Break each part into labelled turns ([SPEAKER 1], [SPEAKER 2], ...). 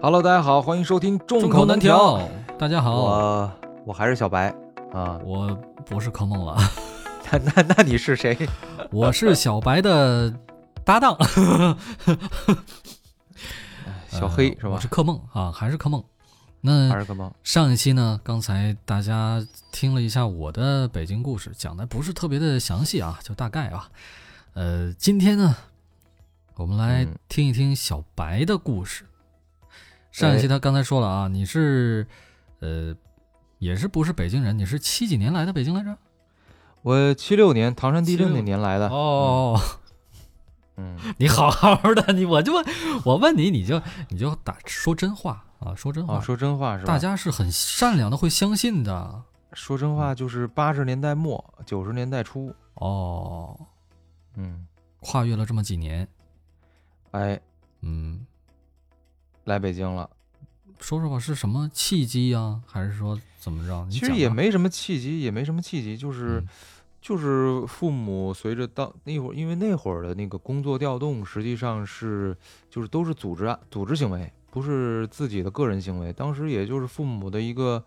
[SPEAKER 1] Hello，大家好，欢迎收听众口难调。
[SPEAKER 2] 调。大家好，，
[SPEAKER 3] 我我还是小白啊
[SPEAKER 2] 我不是柯梦了，
[SPEAKER 3] 那那那你是谁？
[SPEAKER 2] 我是小白的搭档
[SPEAKER 3] 小黑
[SPEAKER 2] 呃
[SPEAKER 3] 是吧
[SPEAKER 2] 我是？柯梦啊，还是柯梦。
[SPEAKER 3] 还
[SPEAKER 2] 那
[SPEAKER 3] 是个梦？
[SPEAKER 2] 上一期呢，刚才大家听了一下我的北京故事，讲的不是特别的详细啊，就大概啊。呃，今天呢，我们来
[SPEAKER 3] 嗯
[SPEAKER 2] 听一听小白的故事。上一期
[SPEAKER 3] 哎
[SPEAKER 2] 他刚才说了啊，你是呃，也是不是北京人？你是七几年来的北京来着？
[SPEAKER 3] 我七六年唐山地震那年来的。
[SPEAKER 2] 哦，
[SPEAKER 3] 嗯，
[SPEAKER 2] 你好好的，你 我就问，我问你，你就你就打说真话啊，说真话，
[SPEAKER 3] 啊，说真话是吧？
[SPEAKER 2] 大家是很善良的，会相信的。
[SPEAKER 3] 说真话就是八十年代末九十年代初。
[SPEAKER 2] 哦，
[SPEAKER 3] 嗯，
[SPEAKER 2] 跨越了这么几年，
[SPEAKER 3] 哎，
[SPEAKER 2] 嗯，
[SPEAKER 3] 来北京了，
[SPEAKER 2] 说说吧，是什么契机啊？还是说怎么着？你
[SPEAKER 3] 其实
[SPEAKER 2] 讲吧
[SPEAKER 3] 也没什么契机，也没什么契机，就是、
[SPEAKER 2] 嗯
[SPEAKER 3] 就是父母随着当那会儿，因为那会儿的那个工作调动，实际上是就是都是组织啊组织行为，不是自己的个人行为。当时也就是父母的一个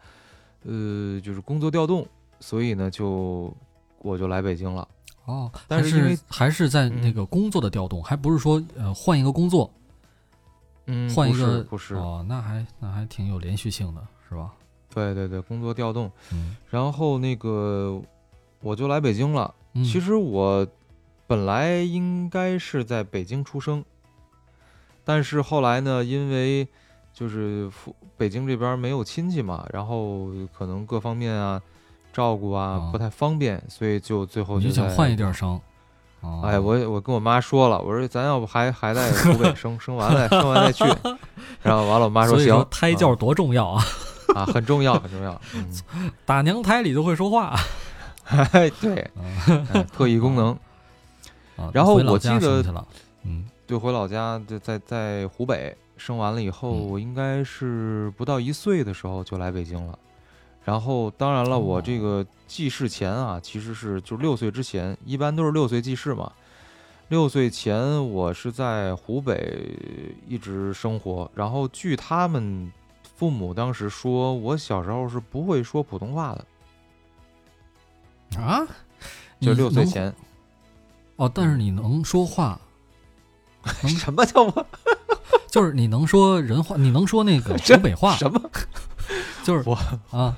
[SPEAKER 3] 呃，就是工作调动，所以呢，就我就来北京了。
[SPEAKER 2] 哦，
[SPEAKER 3] 但
[SPEAKER 2] 还
[SPEAKER 3] 是
[SPEAKER 2] 是
[SPEAKER 3] 因为
[SPEAKER 2] 还是在那个工作的调动，还不是说呃换一个工作，
[SPEAKER 3] 嗯，
[SPEAKER 2] 换一
[SPEAKER 3] 不是
[SPEAKER 2] 个
[SPEAKER 3] 不是，
[SPEAKER 2] 哦，那还那还挺有连续性的，是吧？
[SPEAKER 3] 对对对，工作调动。
[SPEAKER 2] 嗯，
[SPEAKER 3] 然后那个我就来北京了。
[SPEAKER 2] 嗯
[SPEAKER 3] 其实我本来应该是在北京出生，但是后来呢，因为就是父北京这边没有亲戚嘛，然后可能各方面啊照顾啊
[SPEAKER 2] 哦
[SPEAKER 3] 不太方便，所以就最后
[SPEAKER 2] 嗯你
[SPEAKER 3] 就
[SPEAKER 2] 就想
[SPEAKER 3] 在
[SPEAKER 2] 换一。地儿生。哦
[SPEAKER 3] 哎，我也我跟我妈说了，我说咱要不还还在湖北生，生完了生完再 去。然后完了，我妈说
[SPEAKER 2] 所以
[SPEAKER 3] 行嗯
[SPEAKER 2] 说，胎教多重要啊！
[SPEAKER 3] 啊啊很重要很重要。嗯，
[SPEAKER 2] 打娘胎里就会说话。
[SPEAKER 3] 哎对，哎特异功能。
[SPEAKER 2] 啊
[SPEAKER 3] 然后
[SPEAKER 2] 回老
[SPEAKER 3] 我
[SPEAKER 2] 家
[SPEAKER 3] 记得
[SPEAKER 2] 生去了，嗯，
[SPEAKER 3] 对，回老家就在在湖北生完了以后，
[SPEAKER 2] 嗯
[SPEAKER 3] 我应该是不到一岁的时候就来北京了。然后，当然了，我
[SPEAKER 2] 哦
[SPEAKER 3] 这个记事前啊，其实是就六岁之前，一般都是六岁记事嘛。六岁前我是在湖北一直生活，然后据他们父母当时说，我小时候是不会说普通话的，
[SPEAKER 2] 啊，
[SPEAKER 3] 就
[SPEAKER 2] 你
[SPEAKER 3] 六岁
[SPEAKER 2] 能
[SPEAKER 3] 前。
[SPEAKER 2] 哦，但是你能说话，能
[SPEAKER 3] 什么叫我
[SPEAKER 2] 就是你能说人话，你能说那个湖北话，
[SPEAKER 3] 什么？
[SPEAKER 2] 就是
[SPEAKER 3] 我
[SPEAKER 2] 啊，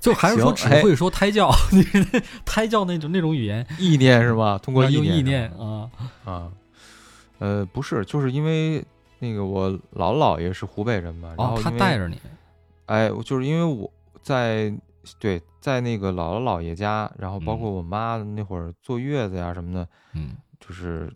[SPEAKER 2] 就还是说只
[SPEAKER 3] 行哎
[SPEAKER 2] 会说胎教， 你那胎教那种那种语言，
[SPEAKER 3] 意念是吧？通过
[SPEAKER 2] 啊
[SPEAKER 3] 意
[SPEAKER 2] 用
[SPEAKER 3] 念
[SPEAKER 2] 意
[SPEAKER 3] 是吧
[SPEAKER 2] 念啊，
[SPEAKER 3] 啊，呃，不是，就是因为那个我姥姥姥爷是湖北人嘛，然后
[SPEAKER 2] 哦，他
[SPEAKER 3] 因为
[SPEAKER 2] 带，着你，
[SPEAKER 3] 哎，我就是因为我在对在那个姥姥姥爷家，然后包括我妈那会儿坐月子呀什么的，
[SPEAKER 2] 嗯，
[SPEAKER 3] 就是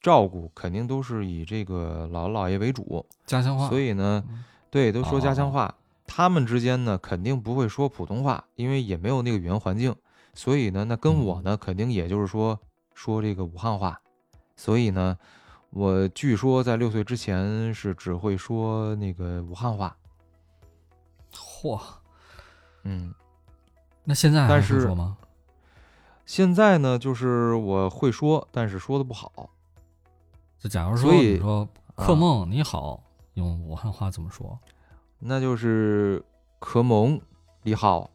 [SPEAKER 3] 照顾肯定都是以这个姥姥姥爷为主，
[SPEAKER 2] 家乡话，
[SPEAKER 3] 所以呢，
[SPEAKER 2] 嗯
[SPEAKER 3] 对，都说家
[SPEAKER 2] 哦
[SPEAKER 3] 乡话。他们之间呢，肯定不会说普通话，因为也没有那个语言环境，所以呢，那跟我呢，肯定也就是说说这个武汉话，所以呢，我据说在六岁之前是只会说那个武汉话，
[SPEAKER 2] 嚯，
[SPEAKER 3] 嗯，
[SPEAKER 2] 那现在还
[SPEAKER 3] 但
[SPEAKER 2] 会
[SPEAKER 3] 是
[SPEAKER 2] 说吗？
[SPEAKER 3] 现在呢，就是我会说，但是说的不好，
[SPEAKER 2] 就假如
[SPEAKER 3] 所
[SPEAKER 2] 说
[SPEAKER 3] 以
[SPEAKER 2] 你说
[SPEAKER 3] 啊
[SPEAKER 2] 克梦你好，用武汉话怎么说？
[SPEAKER 3] 那就是可蒙你好，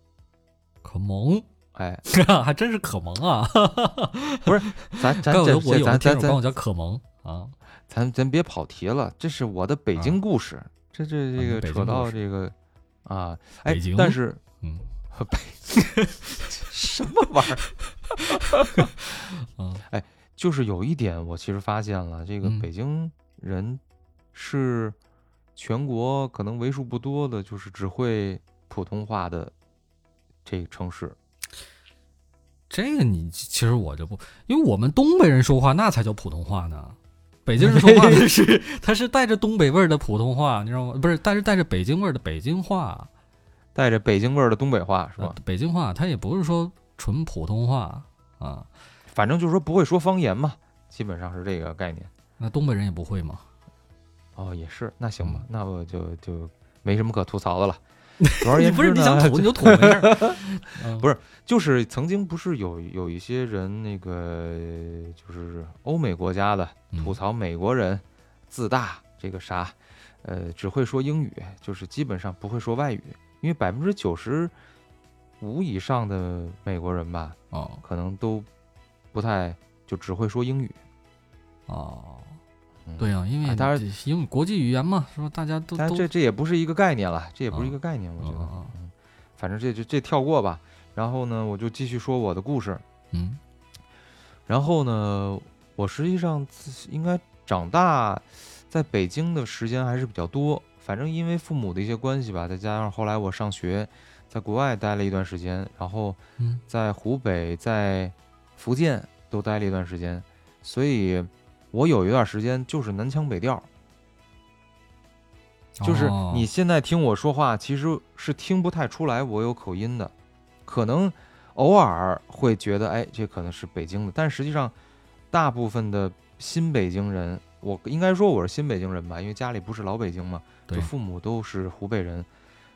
[SPEAKER 2] 可萌，
[SPEAKER 3] 哎，
[SPEAKER 2] 还真是可萌啊！
[SPEAKER 3] 咱 咱
[SPEAKER 2] 怪不
[SPEAKER 3] 这
[SPEAKER 2] 得我
[SPEAKER 3] 这
[SPEAKER 2] 有个
[SPEAKER 3] 咱咱
[SPEAKER 2] 听众管
[SPEAKER 3] 咱
[SPEAKER 2] 我叫可萌啊，
[SPEAKER 3] 咱咱别跑题了，这是我的北京故事，这这
[SPEAKER 2] 啊你
[SPEAKER 3] 这个
[SPEAKER 2] 北京
[SPEAKER 3] 扯
[SPEAKER 2] 故
[SPEAKER 3] 到
[SPEAKER 2] 事
[SPEAKER 3] 这个啊，哎
[SPEAKER 2] 北京，
[SPEAKER 3] 但是
[SPEAKER 2] 嗯
[SPEAKER 3] 北 什么玩意儿？ 哎
[SPEAKER 2] 啊，
[SPEAKER 3] 就是有一点，我其实发现了，这个
[SPEAKER 2] 嗯
[SPEAKER 3] 北京人是全国可能为数不多的，就是只会普通话的这个城市。
[SPEAKER 2] 这个你其实我就不，因为我们东北人说话那才叫普通话呢。北京人说 话他是他是带着东北味儿的普通话，你知道吗？不是，但是带着北京味儿的北京话，
[SPEAKER 3] 带着北京味儿的东北话是吧
[SPEAKER 2] 呃？北京话它也不是说纯普通话啊。
[SPEAKER 3] 反正就是说不会说方言嘛，基本上是这个概念。
[SPEAKER 2] 那东北人也不会嘛。
[SPEAKER 3] 哦，也是，那行吧
[SPEAKER 2] 嗯，
[SPEAKER 3] 那我就就没什么可吐槽的了。总而
[SPEAKER 2] 你
[SPEAKER 3] 言
[SPEAKER 2] 不是
[SPEAKER 3] 之
[SPEAKER 2] 你想
[SPEAKER 3] 呢，
[SPEAKER 2] 吐你就吐没事儿。嗯
[SPEAKER 3] 不是 就是曾经不是有有一些人那个就是欧美国家的
[SPEAKER 2] 嗯
[SPEAKER 3] 吐槽美国人自大这个啥，呃，只会说英语，就是基本上不会说外语，因为百分之九十五以上的美国人吧，
[SPEAKER 2] 哦
[SPEAKER 3] 可能都不太就只会说英语。
[SPEAKER 2] 哦，
[SPEAKER 3] 嗯
[SPEAKER 2] 对呀、因为
[SPEAKER 3] 啊当然
[SPEAKER 2] 这英语国际语言嘛，是吧？大家都
[SPEAKER 3] 但
[SPEAKER 2] 都
[SPEAKER 3] 这这也不是一个概念了，这也不是
[SPEAKER 2] 啊
[SPEAKER 3] 一个概念，我觉得
[SPEAKER 2] 啊啊啊，
[SPEAKER 3] 嗯，反正这这这跳过吧。然后呢，我就继续说我的故事。
[SPEAKER 2] 嗯
[SPEAKER 3] 然后呢，我实际上自应该长大在北京的时间还是比较多。反正因为父母的一些关系吧，再加上后来我上学，在国外待了一段时间，然后
[SPEAKER 2] 嗯
[SPEAKER 3] 在湖北、在福建都待了一段时间，所以我有一段时间就是南腔北调，就是
[SPEAKER 2] 哦
[SPEAKER 3] 你现在听我说话，其实是听不太出来我有口音的，可能偶尔会觉得，哎，这可能是北京的，但实际上，大部分的新北京人，我应该说我是新北京人吧，因为家里不是老北京嘛，就
[SPEAKER 2] 对
[SPEAKER 3] 父母都是湖北人，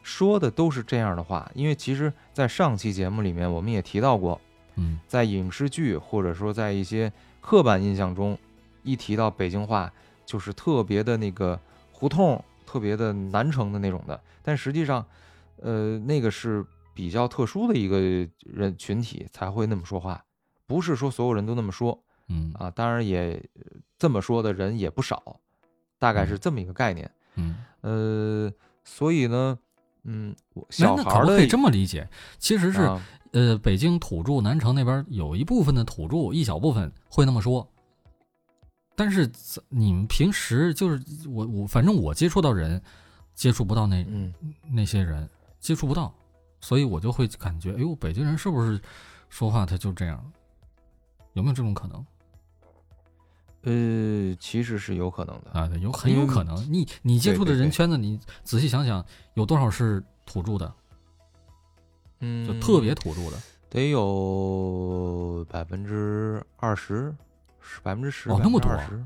[SPEAKER 3] 说的都是这样的话。因为其实，在上期节目里面我们也提到过，
[SPEAKER 2] 嗯
[SPEAKER 3] 在影视剧或者说在一些刻板印象中，一提到北京话，就是特别的那个胡同，特别的南城的那种的。但实际上，呃，那个是比较特殊的一个人群体才会那么说话，不是说所有人都那么说
[SPEAKER 2] 嗯
[SPEAKER 3] 啊。当然也呃这么说的人也不少，大概是这么一个概念。
[SPEAKER 2] 嗯，
[SPEAKER 3] 呃，所以呢，嗯，我
[SPEAKER 2] 那
[SPEAKER 3] 小
[SPEAKER 2] 哎那
[SPEAKER 3] 孩
[SPEAKER 2] 可
[SPEAKER 3] 儿
[SPEAKER 2] 不
[SPEAKER 3] 的
[SPEAKER 2] 可以这么理解？其实是、
[SPEAKER 3] 啊
[SPEAKER 2] 呃，北京土著南城那边有一部分的土著，一小部分会那么说。但是咱你们平时就是我我反正我接触到人，接触不到那
[SPEAKER 3] 嗯。
[SPEAKER 2] 那些人，接触不到，所以我就会感觉，哎呦，北京人是不是说话他就这样？有没有这种可能
[SPEAKER 3] 呃，其实是有可能的，
[SPEAKER 2] 啊？有很有可能。你你接触的
[SPEAKER 3] 嗯对对
[SPEAKER 2] 人
[SPEAKER 3] 对
[SPEAKER 2] 圈子，你仔细想想，有多少是土著的，
[SPEAKER 3] 嗯，
[SPEAKER 2] 就特别土著的？
[SPEAKER 3] 得有百分之二十，十百分之十，
[SPEAKER 2] 哦那么多
[SPEAKER 3] 二十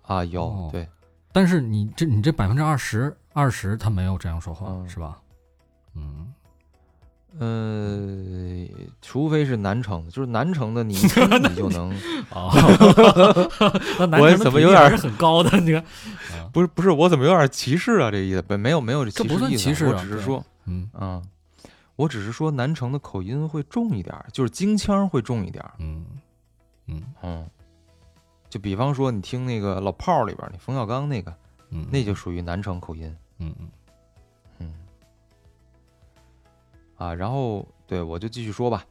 [SPEAKER 3] 啊，有、
[SPEAKER 2] 哦
[SPEAKER 3] 对，
[SPEAKER 2] 但是你这你这百分之二十二十，他没有这样说话，
[SPEAKER 3] 嗯
[SPEAKER 2] 是吧？嗯，
[SPEAKER 3] 呃，除非是南城，就是南城 的你一听你就能，
[SPEAKER 2] 哦， 那
[SPEAKER 3] 我怎么有点
[SPEAKER 2] 还是很高的？ 你看，啊
[SPEAKER 3] 不是不是，我怎么有点歧视啊？这意思不没有没有这
[SPEAKER 2] 这
[SPEAKER 3] 歧
[SPEAKER 2] 不
[SPEAKER 3] 视
[SPEAKER 2] 算
[SPEAKER 3] 意思
[SPEAKER 2] 歧
[SPEAKER 3] 啊
[SPEAKER 2] 视
[SPEAKER 3] 我
[SPEAKER 2] 啊
[SPEAKER 3] 只是
[SPEAKER 2] 对
[SPEAKER 3] 说，
[SPEAKER 2] 嗯
[SPEAKER 3] 嗯，我只是说南城的口音会重一点儿，就是京腔会重一点儿，
[SPEAKER 2] 嗯嗯
[SPEAKER 3] 嗯，就比方说你听那个老炮儿里边儿，你冯小刚那个，
[SPEAKER 2] 嗯，
[SPEAKER 3] 那就属于南城口音，
[SPEAKER 2] 嗯嗯
[SPEAKER 3] 嗯，啊，然后对我就继续说吧。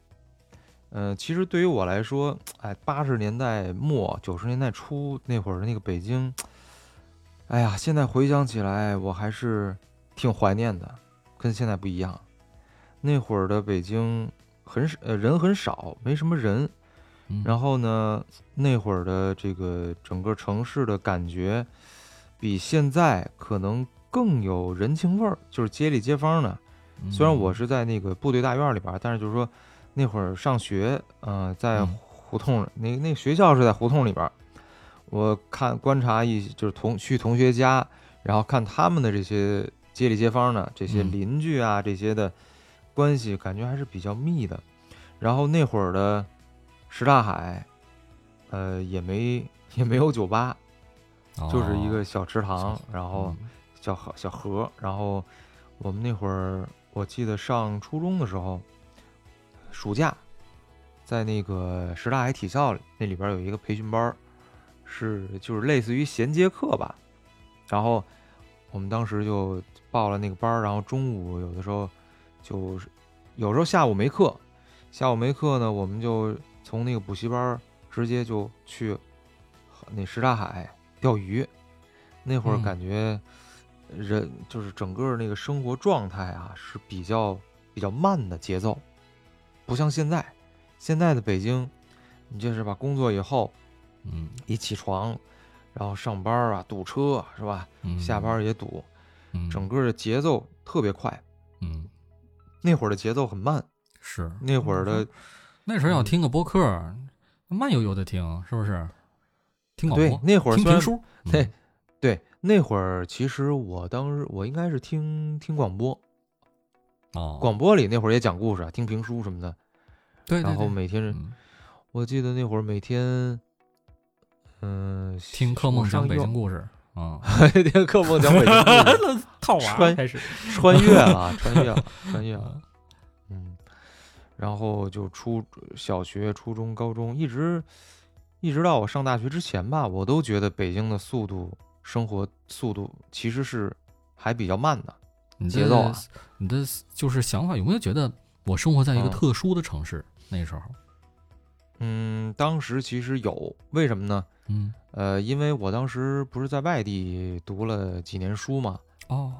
[SPEAKER 3] 呃，其实对于我来说，哎，八十年代末九十年代初那会儿的那个北京，哎呀，现在回想起来，我还是挺怀念的，跟现在不一样。那会儿的北京很少，呃，人很少，没什么人。
[SPEAKER 2] 嗯，后
[SPEAKER 3] 然后呢，那会儿的这个整个城市的感觉，比现在可能更有人情味儿，就是街里街坊的。
[SPEAKER 2] 嗯
[SPEAKER 3] 虽然我是在那个部队大院里边儿，但是就是说那会儿上学，呃，在
[SPEAKER 2] 嗯
[SPEAKER 3] 胡同里那那学校是在胡同里边儿。我看观察一就是同去同学家，然后看他们的这些街里街坊的这些
[SPEAKER 2] 嗯
[SPEAKER 3] 邻居啊、这些的关系，感觉还是比较密的。然后那会儿的什刹海，呃，也没也没有酒吧，
[SPEAKER 2] 哦
[SPEAKER 3] 就是
[SPEAKER 2] 嗯
[SPEAKER 3] 一个小池
[SPEAKER 2] 小
[SPEAKER 3] 塘，
[SPEAKER 2] 池
[SPEAKER 3] 然后
[SPEAKER 2] 哦，
[SPEAKER 3] 小河小河，然后我们那会儿我记得上初中的时候，暑假在那个师大海体校里那里边有一个培训班儿，是就是类似于衔接课吧，然后我们当时就报了那个班儿，然后中午有的时候就是有时候下午没课，下午没课呢，我们就从那个补习班儿直接就去那什刹海钓鱼，那会儿
[SPEAKER 2] 嗯
[SPEAKER 3] 感觉、人就是整个那个生活状态啊是比较比较慢的节奏，不像现在，现在的北京，你这是吧？工作以后
[SPEAKER 2] 嗯
[SPEAKER 3] 一起床，然后上班儿啊堵车是吧？
[SPEAKER 2] 嗯，
[SPEAKER 3] 下班儿也堵，
[SPEAKER 2] 嗯
[SPEAKER 3] 整个的节奏特别快。
[SPEAKER 2] 嗯
[SPEAKER 3] 那会儿的节奏很慢，
[SPEAKER 2] 是嗯
[SPEAKER 3] 那会儿的嗯
[SPEAKER 2] 那时候要听个播客，慢悠悠的听，是不是？听广
[SPEAKER 3] 对
[SPEAKER 2] 播，
[SPEAKER 3] 那会儿
[SPEAKER 2] 嗯听
[SPEAKER 3] 虽然
[SPEAKER 2] 评书，嗯
[SPEAKER 3] 对对那会儿，其实我当时我应该是听听广播，
[SPEAKER 2] 哦，
[SPEAKER 3] 广播里那会儿也讲故事啊，听评书什么的，
[SPEAKER 2] 对对
[SPEAKER 3] 然后
[SPEAKER 2] 对，
[SPEAKER 3] 每天是
[SPEAKER 2] 嗯
[SPEAKER 3] 我记得那会儿每天，嗯、
[SPEAKER 2] 听柯梦
[SPEAKER 3] 上
[SPEAKER 2] 讲北
[SPEAKER 3] 幼
[SPEAKER 2] 京故事，啊，
[SPEAKER 3] 课本讲北京故事
[SPEAKER 2] 套
[SPEAKER 3] 穿
[SPEAKER 2] 娃开始，
[SPEAKER 3] 穿越了，穿越了，穿越
[SPEAKER 2] 啊
[SPEAKER 3] 了，嗯，然后就初小学、初中、高中，一直一直到我上大学之前吧，我都觉得北京的速度、生活速度其实是还比较慢的。
[SPEAKER 2] 你
[SPEAKER 3] 节
[SPEAKER 2] 这
[SPEAKER 3] 奏啊
[SPEAKER 2] 呃你的就是想法有没有觉得我生活在一个
[SPEAKER 3] 嗯
[SPEAKER 2] 特殊的城市？那时候，
[SPEAKER 3] 嗯，当时其实有，为什么呢？
[SPEAKER 2] 嗯，
[SPEAKER 3] 呃，因为我当时不是在外地读了几年书嘛，
[SPEAKER 2] 哦，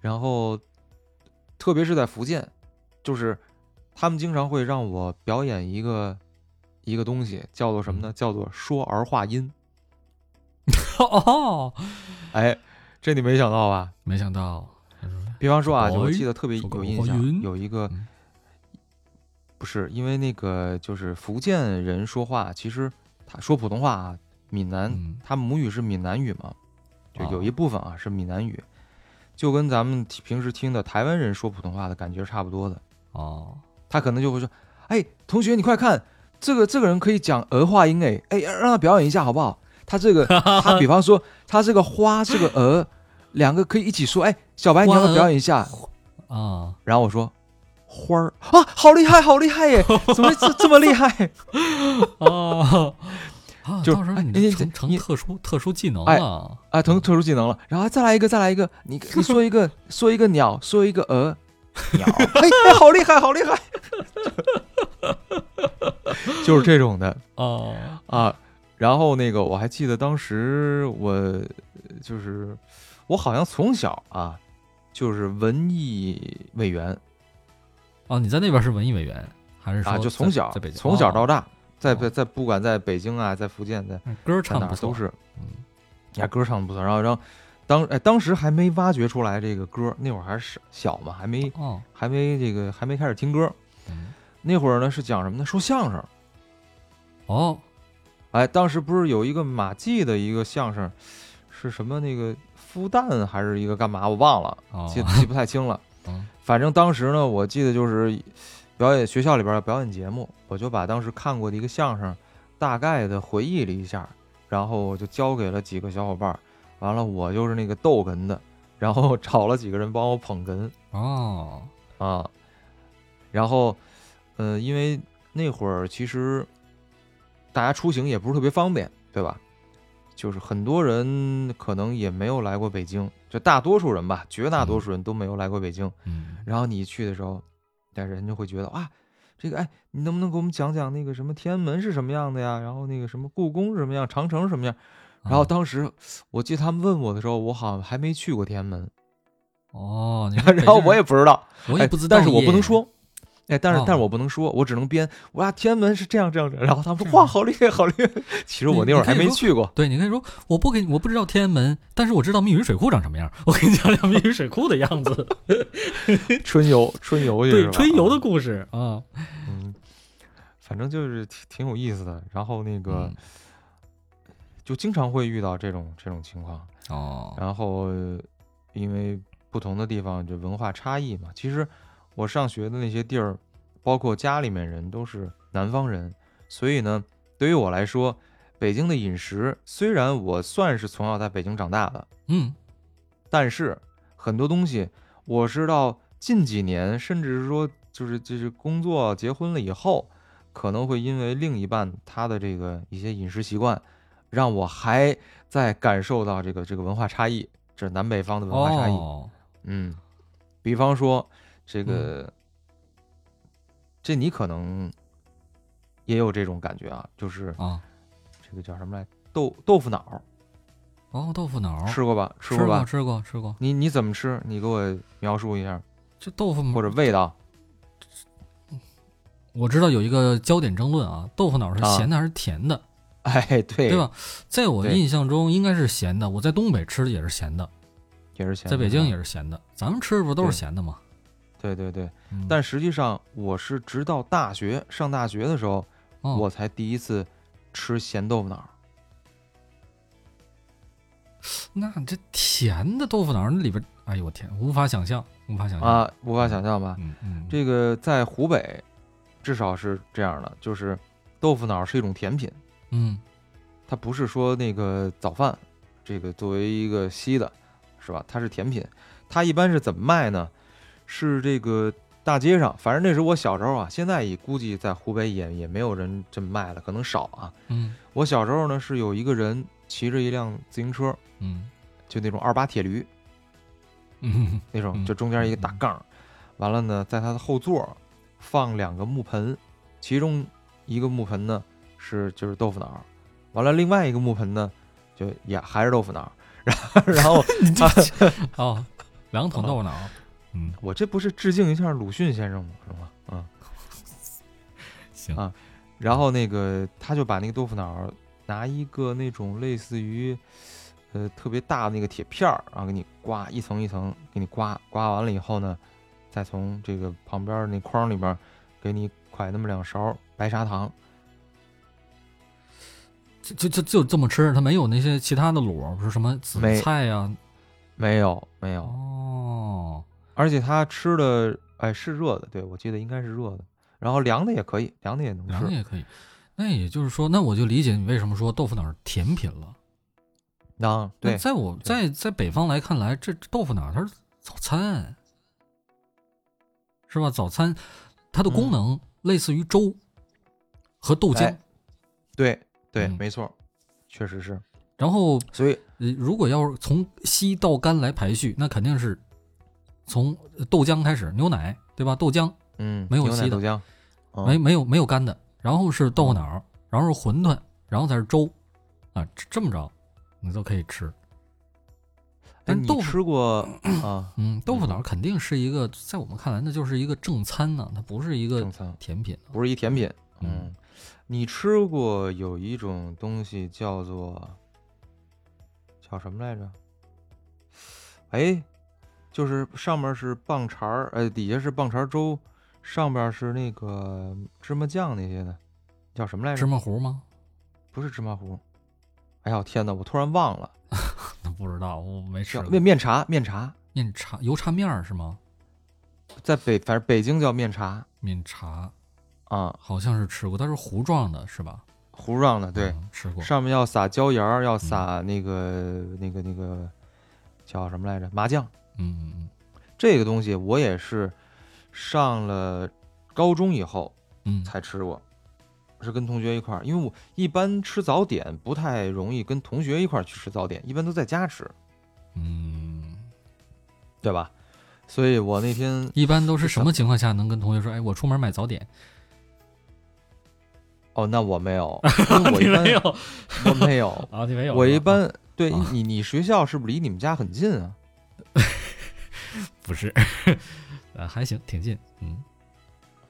[SPEAKER 3] 然后特别是在福建，就是他们经常会让我表演一个一个东西，叫做什么呢？叫做说儿化音。
[SPEAKER 2] 哦，
[SPEAKER 3] 哎，这你没想到吧？
[SPEAKER 2] 没想到，
[SPEAKER 3] 比方说啊，
[SPEAKER 2] 说儿
[SPEAKER 3] 我记得特别
[SPEAKER 2] 说哎个
[SPEAKER 3] 有印
[SPEAKER 2] 儿化
[SPEAKER 3] 象，
[SPEAKER 2] 音
[SPEAKER 3] 有一个
[SPEAKER 2] 嗯
[SPEAKER 3] 不是因为那个就是福建人说话，其实他说普通话啊，闽南
[SPEAKER 2] 嗯，
[SPEAKER 3] 他母语是闽南语嘛，就
[SPEAKER 2] 哦
[SPEAKER 3] 有一部分啊是闽南语，就跟咱们平时听的台湾人说普通话的感觉是差不多的。
[SPEAKER 2] 哦，
[SPEAKER 3] 他可能就会说：“哎，同学，你快看，这个这个人可以讲儿化音哎，哎，让他表演一下好不好？他这个，他比方说他这个花，这个儿，两个可以一起说。哎，小白，你要不要表演一下？
[SPEAKER 2] 啊，
[SPEAKER 3] 然后我说。”花儿啊，好厉害，好厉害耶！怎么这这么厉害？
[SPEAKER 2] 哦，啊，
[SPEAKER 3] 就
[SPEAKER 2] 到时候
[SPEAKER 3] 哎
[SPEAKER 2] 你
[SPEAKER 3] 你
[SPEAKER 2] 这成
[SPEAKER 3] 你
[SPEAKER 2] 成特殊特殊技能
[SPEAKER 3] 哎
[SPEAKER 2] 了，
[SPEAKER 3] 啊，腾特殊技能了，然后再来一个，再来一个，你你说一个， 说一个鸟，说一个鹅，鸟， 哎，哎好厉害，好厉害， 就是这种的，
[SPEAKER 2] 哦，
[SPEAKER 3] 啊，然后那个我还记得当时我呃就是我好像从小啊就是文艺委员
[SPEAKER 2] 哦，你在那边是文艺委员还是
[SPEAKER 3] 啊，
[SPEAKER 2] 说
[SPEAKER 3] 就
[SPEAKER 2] 在
[SPEAKER 3] 从小
[SPEAKER 2] 在北京
[SPEAKER 3] 从小到
[SPEAKER 2] 大
[SPEAKER 3] 大，在
[SPEAKER 2] 哦
[SPEAKER 3] 在在不管在北京啊，在福建在
[SPEAKER 2] 嗯歌
[SPEAKER 3] 在
[SPEAKER 2] 唱
[SPEAKER 3] 哪
[SPEAKER 2] 的
[SPEAKER 3] 儿都是，
[SPEAKER 2] 嗯
[SPEAKER 3] 呀歌唱的不错，然后然后当哎当时还没挖掘出来这个歌，那会儿还是小嘛，还没
[SPEAKER 2] 哦，
[SPEAKER 3] 还没这个还没开始听歌，
[SPEAKER 2] 嗯
[SPEAKER 3] 那会儿呢是讲什么呢？说相声。
[SPEAKER 2] 哦，
[SPEAKER 3] 哎，当时不是有一个马季的一个相声，是什么那个孵蛋还是一个干嘛？我忘了，
[SPEAKER 2] 哦
[SPEAKER 3] 记记不太清了。
[SPEAKER 2] 嗯
[SPEAKER 3] 反正当时呢，我记得就是表演学校里边的表演节目，我就把当时看过的一个相声大概的回忆了一下，然后我就交给了几个小伙伴儿。完了，我就是那个逗哏的，然后 找了几个人帮我捧哏
[SPEAKER 2] 哦，
[SPEAKER 3] 啊。然后，呃，因为那会儿其实大家出行也不是特别方便，对吧？就是很多人可能也没有来过北京，就大多数人吧，绝大多数人都没有来过北京。
[SPEAKER 2] 嗯，
[SPEAKER 3] 然后你去的时候，但人就会觉得啊，这个哎，你能不能给我们讲讲那个什么天安门是什么样的呀？然后那个什么故宫是什么样，长城是什么样？然后
[SPEAKER 2] 啊
[SPEAKER 3] 当时我记得他们问我的时候，我好像还没去过天安门，
[SPEAKER 2] 哦，你们
[SPEAKER 3] 然后
[SPEAKER 2] 北京
[SPEAKER 3] 我也不知道，
[SPEAKER 2] 我
[SPEAKER 3] 哎
[SPEAKER 2] 也不知道耶，
[SPEAKER 3] 但是我不能说。哎，但是但是
[SPEAKER 2] 哦
[SPEAKER 3] 我不能说，我只能编。哇，天安门是这样这样的，然后他们说
[SPEAKER 2] 这
[SPEAKER 3] 哇，
[SPEAKER 2] 样
[SPEAKER 3] 好厉害，好厉害。其实
[SPEAKER 2] 你
[SPEAKER 3] 我那会儿
[SPEAKER 2] 你可
[SPEAKER 3] 还
[SPEAKER 2] 以
[SPEAKER 3] 没
[SPEAKER 2] 说
[SPEAKER 3] 去 过，
[SPEAKER 2] 对，你可以说我不给你，我不知道天安门，但是我知道密云水库长什么样。我给你讲讲密云水库的 样子，
[SPEAKER 3] 春游春游去是
[SPEAKER 2] 对
[SPEAKER 3] 吧
[SPEAKER 2] 春游的故事啊。
[SPEAKER 3] 嗯，反正就是挺挺有意思的。然后那个
[SPEAKER 2] 嗯
[SPEAKER 3] 就经常会遇到这种这种情况。
[SPEAKER 2] 哦，
[SPEAKER 3] 然后呃因为不同的地方就文化差异嘛，其实我上学的那些地儿，包括家里面人都是南方人，所以呢，对于我来说，北京的饮食虽然我算是从小在北京长大的，
[SPEAKER 2] 嗯，
[SPEAKER 3] 但是很多东西我是到近几年，甚至是说就是就是工作结婚了以后，可能会因为另一半他的这个一些饮食习惯，让我还在感受到这个这个文化差异，这是南北方的文化差异。
[SPEAKER 2] 哦，
[SPEAKER 3] 嗯，比方说这个，这你可能也有这种感觉啊，就是
[SPEAKER 2] 啊，
[SPEAKER 3] 这个叫什么来，豆豆腐脑
[SPEAKER 2] 哦，豆腐脑儿
[SPEAKER 3] 吃过吧？
[SPEAKER 2] 吃
[SPEAKER 3] 过吧？
[SPEAKER 2] 吃过，吃过。
[SPEAKER 3] 你你怎么吃？你给我描述一下，
[SPEAKER 2] 这豆腐
[SPEAKER 3] 或
[SPEAKER 2] 脑，
[SPEAKER 3] 者味道。
[SPEAKER 2] 我知道有一个焦点争论啊，豆腐脑是
[SPEAKER 3] 啊
[SPEAKER 2] 咸的还是甜的，
[SPEAKER 3] 哎，对，
[SPEAKER 2] 对吧？在我
[SPEAKER 3] 对
[SPEAKER 2] 印象中应该是咸的，我在东北吃的也是咸的，
[SPEAKER 3] 也是咸
[SPEAKER 2] 在
[SPEAKER 3] 的
[SPEAKER 2] 北京
[SPEAKER 3] 吧
[SPEAKER 2] 也是咸的，咱们吃的不都是
[SPEAKER 3] 对
[SPEAKER 2] 咸的吗？
[SPEAKER 3] 对对对，
[SPEAKER 2] 嗯
[SPEAKER 3] 但实际上我是直到大学上大学的时候，
[SPEAKER 2] 哦
[SPEAKER 3] 我才第一次吃咸豆腐脑儿。
[SPEAKER 2] 那这甜的豆腐脑儿那里边，哎呦我天，无法想象，无法想象。
[SPEAKER 3] 啊，无法想象吧？
[SPEAKER 2] 哎嗯嗯，
[SPEAKER 3] 这个在湖北，至少是这样的，就是豆腐脑儿是一种甜品，
[SPEAKER 2] 嗯
[SPEAKER 3] 它不是说那个早饭，这个作为一个西的，是吧？它是甜品，它一般是怎么卖呢？是这个大街上，反正那是我小时候啊，现在也估计在湖北也也没有人这么卖了，可能少啊。
[SPEAKER 2] 嗯
[SPEAKER 3] 我小时候呢是有一个人骑着一辆自行车，
[SPEAKER 2] 嗯
[SPEAKER 3] 就那种二八铁驴
[SPEAKER 2] 嗯
[SPEAKER 3] 那种，
[SPEAKER 2] 嗯
[SPEAKER 3] 就中间一个大
[SPEAKER 2] 嗯
[SPEAKER 3] 杠儿，完了呢，在它的后座儿放两个木盆，其中一个木盆呢是就是豆腐脑儿，完了另外一个木盆呢就也还是豆腐脑儿， 然后然后
[SPEAKER 2] 哦，两桶豆腐脑，嗯，
[SPEAKER 3] 我这不是致敬一下鲁迅先生吗？是吗？嗯，
[SPEAKER 2] 行，
[SPEAKER 3] 啊然后那个他就把那个豆腐脑儿拿一个那种类似于，呃，特别大的那个铁片儿，然后给你刮一层一层，给你刮刮完了以后呢，再从这个旁边儿那筐里边儿给你㧟那么两勺白砂糖，
[SPEAKER 2] 就就就就这么吃，它没有那些其他的卤儿，不是什么紫
[SPEAKER 3] 没
[SPEAKER 2] 菜呀、
[SPEAKER 3] 没有没有，
[SPEAKER 2] 哦，
[SPEAKER 3] 而且他吃的哎是热的，对我记得应该是热的，然后凉的也可以，凉的也能
[SPEAKER 2] 凉的
[SPEAKER 3] 吃，
[SPEAKER 2] 也可以。那也就是说，那我就理解你为什么说豆腐脑儿甜品了。
[SPEAKER 3] 啊
[SPEAKER 2] 那
[SPEAKER 3] 对
[SPEAKER 2] 在我在在北方来看来，这这豆腐脑儿它是早餐，是吧？早餐它的功
[SPEAKER 3] 嗯
[SPEAKER 2] 能类似于粥和豆浆。
[SPEAKER 3] 哎对对，
[SPEAKER 2] 嗯
[SPEAKER 3] 没错，确实是，
[SPEAKER 2] 然后，
[SPEAKER 3] 所以
[SPEAKER 2] 呃如果要是从稀到干来排序，那肯定是从豆浆开始，牛奶对吧？豆浆
[SPEAKER 3] 嗯，
[SPEAKER 2] 没有
[SPEAKER 3] 牛奶
[SPEAKER 2] 稀的
[SPEAKER 3] 豆浆，嗯
[SPEAKER 2] 没没有没有干的，然后是豆腐脑儿，然后是馄饨，然后才是粥，啊，这这么着你都可以吃。
[SPEAKER 3] 哎，
[SPEAKER 2] 但
[SPEAKER 3] 你
[SPEAKER 2] 豆腐，
[SPEAKER 3] 吃过啊？
[SPEAKER 2] 嗯，豆腐脑儿肯定是一个，在我们看来那就是一个正餐呢、它不是一个
[SPEAKER 3] 正餐
[SPEAKER 2] 甜品啊、
[SPEAKER 3] 呃不是一甜品。
[SPEAKER 2] 嗯
[SPEAKER 3] 嗯，你吃过有一种东西叫做叫什么来着？哎，就是上面是棒碴儿，呃，底下是棒碴儿粥，上边是那个芝麻酱那些的，叫什么来
[SPEAKER 2] 芝
[SPEAKER 3] 着？
[SPEAKER 2] 麻糊吗？
[SPEAKER 3] 不是芝麻糊。哎呀，天哪！我突然忘了，
[SPEAKER 2] 那不知道，我没吃
[SPEAKER 3] 叫
[SPEAKER 2] 过。
[SPEAKER 3] 面面茶，面茶，
[SPEAKER 2] 面茶油茶面儿是吗？
[SPEAKER 3] 在北反正北京叫面茶
[SPEAKER 2] 面茶
[SPEAKER 3] 啊，
[SPEAKER 2] 好像是吃过，它是糊状的，是吧？
[SPEAKER 3] 糊状的，对，
[SPEAKER 2] 嗯吃过。
[SPEAKER 3] 上面要撒椒盐儿，要撒
[SPEAKER 2] 嗯
[SPEAKER 3] 那个、那个那个叫什么来着？麻酱。
[SPEAKER 2] 嗯嗯嗯
[SPEAKER 3] 这个东西我也是上了高中以后
[SPEAKER 2] 嗯，
[SPEAKER 3] 才吃过，是跟同学一块儿。因为我一般吃早点不太容易跟同学一块儿去吃早点，一般都在家吃，
[SPEAKER 2] 嗯，
[SPEAKER 3] 对吧？所以我那天
[SPEAKER 2] 一般都是什么情况下能跟同学说，哎，我出门买早点？
[SPEAKER 3] 哦，那我没 有，因为我一般
[SPEAKER 2] 没有
[SPEAKER 3] 我没有，
[SPEAKER 2] 啊？你没有？
[SPEAKER 3] 我一
[SPEAKER 2] 是吧
[SPEAKER 3] 般对
[SPEAKER 2] 啊
[SPEAKER 3] 你你学校是不是离你们家很近啊？
[SPEAKER 2] 不是， 呃，还行，挺近，嗯，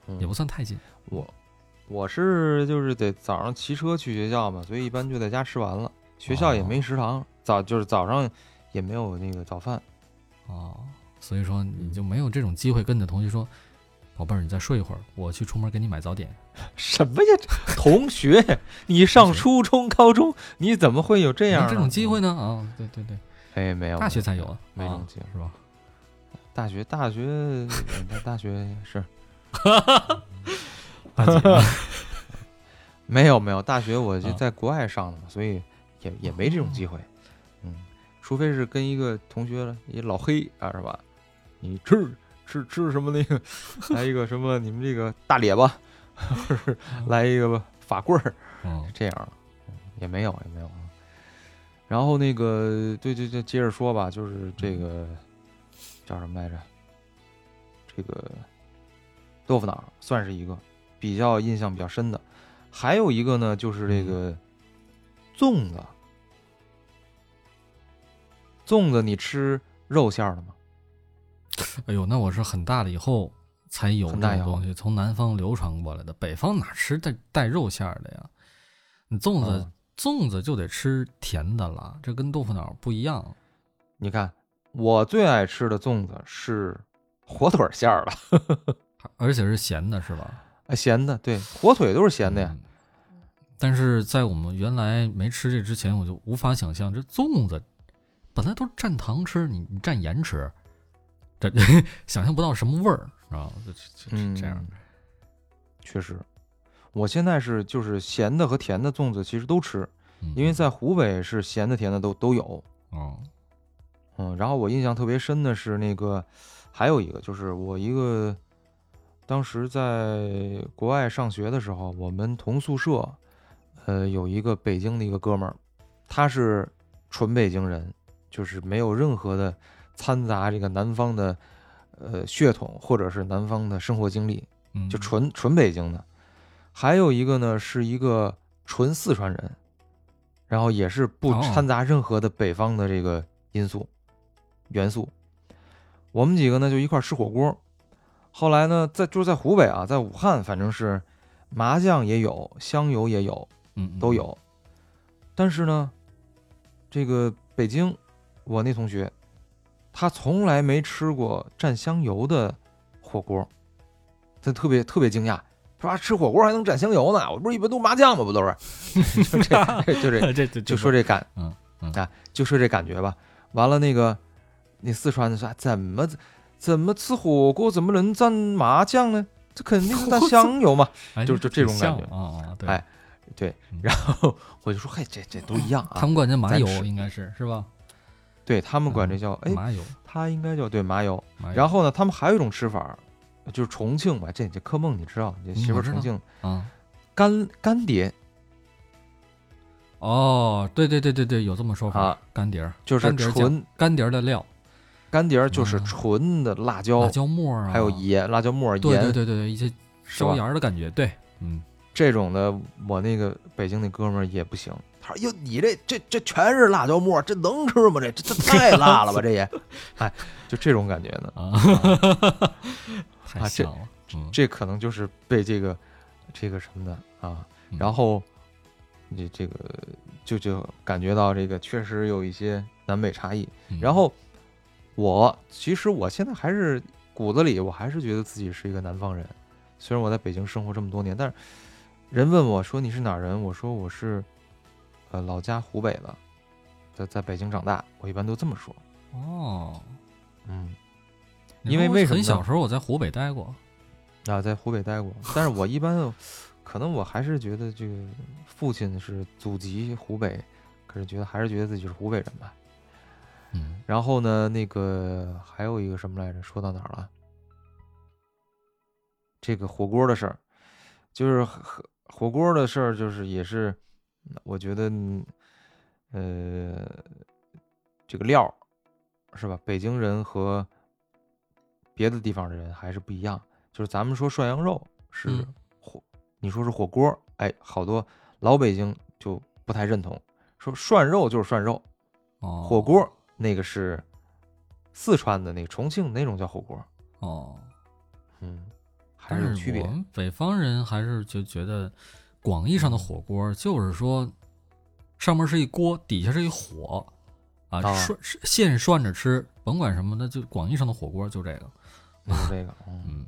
[SPEAKER 3] 嗯
[SPEAKER 2] 也不算太近。
[SPEAKER 3] 我我是就是得早上骑车去学校嘛，所以一般就在家吃完了。学校也没食堂，早就是早上也没有那个早饭。
[SPEAKER 2] 哦，所以说你
[SPEAKER 3] 嗯
[SPEAKER 2] 就没有这种机会跟你的同学说，宝贝儿，你再睡一会儿，我去出门给你买早点。
[SPEAKER 3] 什么呀， 同学，你上初中、高中，你怎么会有这
[SPEAKER 2] 没
[SPEAKER 3] 样
[SPEAKER 2] 有
[SPEAKER 3] 呢
[SPEAKER 2] 这种机会？呢？啊、对对对，
[SPEAKER 3] 哎，没有，
[SPEAKER 2] 大学才有啊，
[SPEAKER 3] 没有没
[SPEAKER 2] 啊
[SPEAKER 3] 这种机会
[SPEAKER 2] 是吧？
[SPEAKER 3] 大学，大学， 嗯大大学是
[SPEAKER 2] 大 姐，
[SPEAKER 3] 没有没有大学，我就
[SPEAKER 2] 啊
[SPEAKER 3] 在国外上的嘛，所以也也没这种机会。嗯，除非是跟一个同学，一老黑啊，是吧？你吃吃吃什么那个，来一个什么你们这个大列巴， 或者是来一个法棍儿，
[SPEAKER 2] 嗯
[SPEAKER 3] 这样了，嗯也没有也没有啊。然后那个，对对对，接着说吧，就是这个叫什么来着？这个豆腐脑儿算是一个比较印象比较深的，还有一个呢，就是这个粽子。粽子你吃肉馅儿的吗？
[SPEAKER 2] 哎呦，那我是很大了以后才有
[SPEAKER 3] 很
[SPEAKER 2] 这
[SPEAKER 3] 大以
[SPEAKER 2] 种
[SPEAKER 3] 后
[SPEAKER 2] 东西，从南方流传过来的，北方哪吃带带肉馅儿的呀？你粽子、
[SPEAKER 3] 嗯
[SPEAKER 2] 粽子就得吃甜的了，这跟豆腐脑不一样。
[SPEAKER 3] 你看，我最爱吃的粽子是火腿儿馅儿的，
[SPEAKER 2] 而且是咸的，是吧？
[SPEAKER 3] 哎咸的，对，火腿都是咸的呀。
[SPEAKER 2] 嗯但是在我们原来没吃这之前，我就无法想象这粽子本来都是蘸糖吃，你你蘸盐吃，这 想象不到什么味儿，知道吗？就就就这样。
[SPEAKER 3] 嗯确实，我现在是就是咸的和甜的粽子其实都吃，
[SPEAKER 2] 嗯
[SPEAKER 3] 因为在湖北是咸的甜的都都有，
[SPEAKER 2] 哦，
[SPEAKER 3] 嗯，然后我印象特别深的是那个，还有一个就是我一个当时在国外上学的时候，我们同宿舍，呃，有一个北京的一个哥们儿，他是纯北京人，就是没有任何的掺杂这个南方的呃血统或者是南方的生活经历，
[SPEAKER 2] 嗯，
[SPEAKER 3] 就纯纯北京的。还有一个呢，是一个纯四川人，然后也是不
[SPEAKER 2] 哦
[SPEAKER 3] 掺杂任何的北方的这个因素、元素。我们几个呢就一块儿吃火锅，后来呢在就是在湖北啊，在武汉，反正是麻酱也有，香油也有，
[SPEAKER 2] 嗯嗯
[SPEAKER 3] 都有。但是呢，这个北京，我那同学，他从来没吃过蘸香油的火锅，他特别特别惊讶，他说、啊、吃火锅还能蘸香油呢？我不是一般都麻酱吗？不都是？ 就这， 就这，
[SPEAKER 2] 这这这
[SPEAKER 3] 就说这感，
[SPEAKER 2] 嗯嗯
[SPEAKER 3] 啊，就说这感觉吧。完了，那个那四川的说、啊怎么怎么吃火锅怎么能蘸麻酱呢？这肯定是蘸香油嘛。
[SPEAKER 2] 哎
[SPEAKER 3] 就就这种感觉
[SPEAKER 2] 挺像啊啊，对，
[SPEAKER 3] 哎对
[SPEAKER 2] 嗯，
[SPEAKER 3] 然后我就说，嘿，这这都一样啊
[SPEAKER 2] 他。们管这麻油
[SPEAKER 3] 咱吃
[SPEAKER 2] 应该是是吧？
[SPEAKER 3] 对他们
[SPEAKER 2] 嗯
[SPEAKER 3] 管这叫哎，
[SPEAKER 2] 麻油，
[SPEAKER 3] 它应该叫对麻油。
[SPEAKER 2] 麻油
[SPEAKER 3] 然后呢，他们还有一种吃法儿，就是重庆吧，这这柯梦你知道，你
[SPEAKER 2] 嗯
[SPEAKER 3] 媳妇
[SPEAKER 2] 我
[SPEAKER 3] 儿
[SPEAKER 2] 知
[SPEAKER 3] 重
[SPEAKER 2] 道
[SPEAKER 3] 庆
[SPEAKER 2] 啊，
[SPEAKER 3] 干干碟
[SPEAKER 2] 哦，对对对对对，有这么说法
[SPEAKER 3] 啊，
[SPEAKER 2] 干碟儿
[SPEAKER 3] 就是
[SPEAKER 2] 干碟儿酱
[SPEAKER 3] 纯
[SPEAKER 2] 干碟儿的料，
[SPEAKER 3] 干碟儿就是
[SPEAKER 2] 啊
[SPEAKER 3] 纯的辣椒
[SPEAKER 2] 辣，椒末儿啊，
[SPEAKER 3] 还有盐、辣椒末儿、
[SPEAKER 2] 对对
[SPEAKER 3] 盐，
[SPEAKER 2] 对对对，一些
[SPEAKER 3] 是
[SPEAKER 2] 椒
[SPEAKER 3] 吧
[SPEAKER 2] 盐？儿的感觉，对，嗯，
[SPEAKER 3] 这种的，我那个北京那哥们儿也不行。他说：“哟，你这这这全是辣椒末儿，这能吃吗？这这这太辣了吧！这 也，哎，就这种感觉呢。
[SPEAKER 2] 啊， 太
[SPEAKER 3] 啊这
[SPEAKER 2] 香了，嗯，
[SPEAKER 3] 这可能就是被这个这个什么的啊，
[SPEAKER 2] 嗯
[SPEAKER 3] 然后这这个就就感觉到这个确实有一些南北差异。
[SPEAKER 2] 嗯
[SPEAKER 3] 然后我其实我现在还是骨子里我还是觉得自己是一个南方人，虽然我在北京生活这么多年，但是人问我说你是哪儿人，我说我是呃老家湖北的，在在北京长大，我一般都这么说。
[SPEAKER 2] 哦，
[SPEAKER 3] 嗯，
[SPEAKER 2] 你
[SPEAKER 3] 因为
[SPEAKER 2] 说
[SPEAKER 3] 为
[SPEAKER 2] 我
[SPEAKER 3] 什么呢
[SPEAKER 2] 很小时候我在湖北待过，
[SPEAKER 3] 啊，在湖北待过，但是我一般，可能我还是觉得这个父亲是祖籍湖北，可是觉得还是觉得自己是湖北人吧。
[SPEAKER 2] 嗯，
[SPEAKER 3] 然后呢，那个还有一个什么来着？说到哪儿了？这个火锅的事儿，就是火火锅的事儿，就是也是，我觉得，嗯呃，这个料儿是吧？北京人和别的地方的人还是不一样。就是咱们说涮羊肉是
[SPEAKER 2] 嗯
[SPEAKER 3] 火，你说是火锅，哎，好多老北京就不太认同，说涮肉就是涮肉，
[SPEAKER 2] 哦，
[SPEAKER 3] 火锅那个是四川的那个重庆那种叫火锅，
[SPEAKER 2] 哦，
[SPEAKER 3] 嗯，还
[SPEAKER 2] 但
[SPEAKER 3] 是有
[SPEAKER 2] 是
[SPEAKER 3] 区
[SPEAKER 2] 我
[SPEAKER 3] 别。
[SPEAKER 2] 们北方人还是就觉得，广义上的火锅就是说，上面是一锅，底下是一火，啊，
[SPEAKER 3] 啊
[SPEAKER 2] 涮是现涮着吃，甭管什么的，就广义上的火锅就这个。
[SPEAKER 3] 就是这个，嗯，
[SPEAKER 2] 嗯，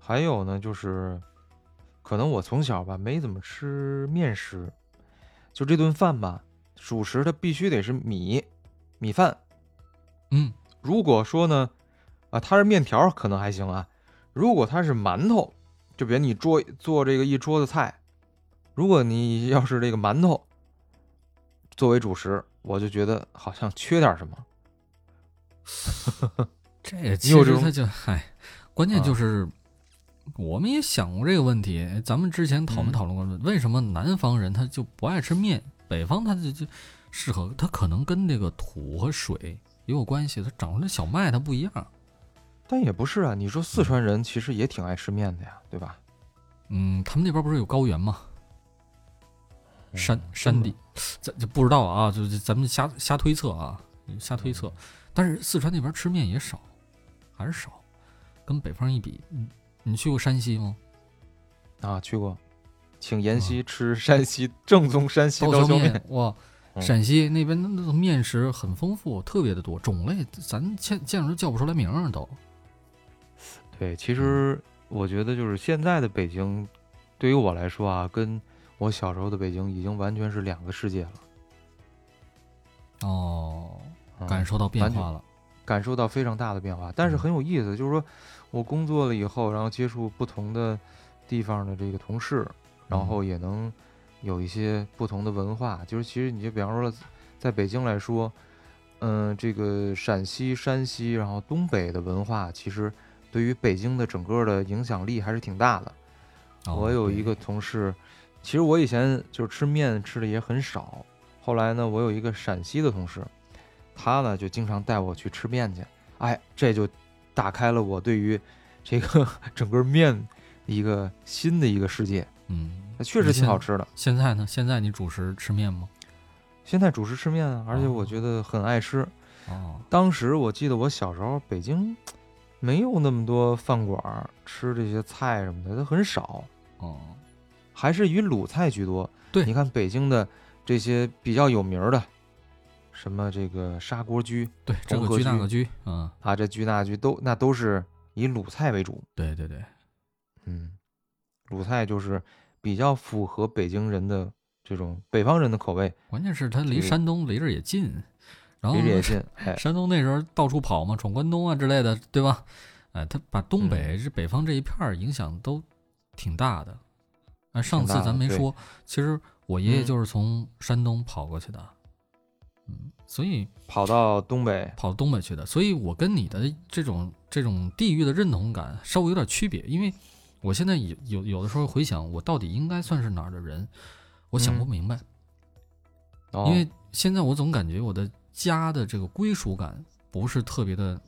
[SPEAKER 3] 还有呢，就是可能我从小吧没怎么吃面食，就这顿饭吧，主食它必须得是米米饭。
[SPEAKER 2] 嗯，
[SPEAKER 3] 如果说呢，啊，它是面条可能还行啊，如果它是馒头，就别你桌做这个一桌子菜，如果你要是这个馒头作为主食，我就觉得好像缺点什么。
[SPEAKER 2] 这
[SPEAKER 3] 你有
[SPEAKER 2] 其
[SPEAKER 3] 这
[SPEAKER 2] 实
[SPEAKER 3] 种
[SPEAKER 2] 它就哎，关键就是、我们也想过这个问题，哎咱们之前讨
[SPEAKER 3] 嗯
[SPEAKER 2] 论讨论过，为什么南方人他就不爱吃面，北方他就就适合，他可能跟这个土和水也有关系，他长出来小麦它不一样。
[SPEAKER 3] 但也不是啊，你说四川人其实也挺爱吃面的呀，对吧？
[SPEAKER 2] 嗯，他们那边不是有高原吗？
[SPEAKER 3] 嗯
[SPEAKER 2] 山山
[SPEAKER 3] 吗
[SPEAKER 2] 地，咱就不知道啊，就就咱们瞎瞎推测啊，瞎推
[SPEAKER 3] 嗯
[SPEAKER 2] 测。但是四川那边吃面也少，还是少，跟北方一比，你你去过山西吗？
[SPEAKER 3] 啊，去过，请妍
[SPEAKER 2] 啊
[SPEAKER 3] 希吃山西正宗山西刀削
[SPEAKER 2] 削
[SPEAKER 3] 面。
[SPEAKER 2] 哇，
[SPEAKER 3] 嗯
[SPEAKER 2] 陕西那边那那种面食很丰富，特别的多，种类咱见见着都叫不出来名儿都。
[SPEAKER 3] 对，其实
[SPEAKER 2] 嗯
[SPEAKER 3] 我觉得就是现在的北京，对于我来说啊，跟我小时候的北京已经完全是两个世界了，
[SPEAKER 2] 哦，
[SPEAKER 3] 嗯
[SPEAKER 2] 感受到变
[SPEAKER 3] 完全
[SPEAKER 2] 化了。
[SPEAKER 3] 感受到非常大的变化。但是
[SPEAKER 2] 嗯
[SPEAKER 3] 很有意思，就是说我工作了以后，然后接触不同的地方的这个同事，然后也能有一些不同的文化。就是其实你就比方说了，在北京来说，嗯、这个陕西、山西，然后东北的文化，其实对于北京的整个的影响力还是挺大的。
[SPEAKER 2] 哦
[SPEAKER 3] 我有一个同事，其实我以前就是吃面吃的也很少，后来呢，我有一个陕西的同事，他呢就经常带我去吃面去，哎，这就打开了我对于这个 整个面的一个新的一个世界，
[SPEAKER 2] 嗯，
[SPEAKER 3] 那确实挺好吃的。
[SPEAKER 2] 现在呢？现在你主食吃面吗？
[SPEAKER 3] 现在主食吃面啊，而且
[SPEAKER 2] 哦
[SPEAKER 3] 我觉得很爱吃。
[SPEAKER 2] 哦，
[SPEAKER 3] 当时我记得我小时候北京没有那么多饭馆儿吃这些菜什么的，它很少。
[SPEAKER 2] 哦，
[SPEAKER 3] 还是以鲁菜居多。
[SPEAKER 2] 对
[SPEAKER 3] 你看北京的这些比较有名儿的，什么这个砂锅居
[SPEAKER 2] 对，这
[SPEAKER 3] 中
[SPEAKER 2] 个
[SPEAKER 3] 和
[SPEAKER 2] 居那
[SPEAKER 3] 居
[SPEAKER 2] 个居，嗯，
[SPEAKER 3] 啊，这居那居都那都是以鲁菜为主。
[SPEAKER 2] 对对对，
[SPEAKER 3] 嗯，鲁菜就是比较符合北京人的这种北方人的口味，
[SPEAKER 2] 关键是它
[SPEAKER 3] 这
[SPEAKER 2] 离
[SPEAKER 3] 个
[SPEAKER 2] 山东离着也近，然后
[SPEAKER 3] 离着也 近。哎，
[SPEAKER 2] 山东那时候到处跑嘛，闯关东啊之类的，对吧？哎，他把
[SPEAKER 3] 嗯
[SPEAKER 2] 东北、这北方这一片儿影响都挺大的。啊，上次
[SPEAKER 3] 大的
[SPEAKER 2] 咱没
[SPEAKER 3] 对
[SPEAKER 2] 说，其实我爷爷
[SPEAKER 3] 嗯
[SPEAKER 2] 就是从山东跑过去的，嗯，所以
[SPEAKER 3] 跑到东北，
[SPEAKER 2] 跑到东北去的，所以我跟你的这种这种地域的认同感稍微有点区别，因为我现在有有有的时候回想，我到底应该算是哪儿的人，我想不
[SPEAKER 3] 嗯
[SPEAKER 2] 明白，
[SPEAKER 3] 哦、
[SPEAKER 2] 因为现在我总感觉我的家的这个归属感不是特别的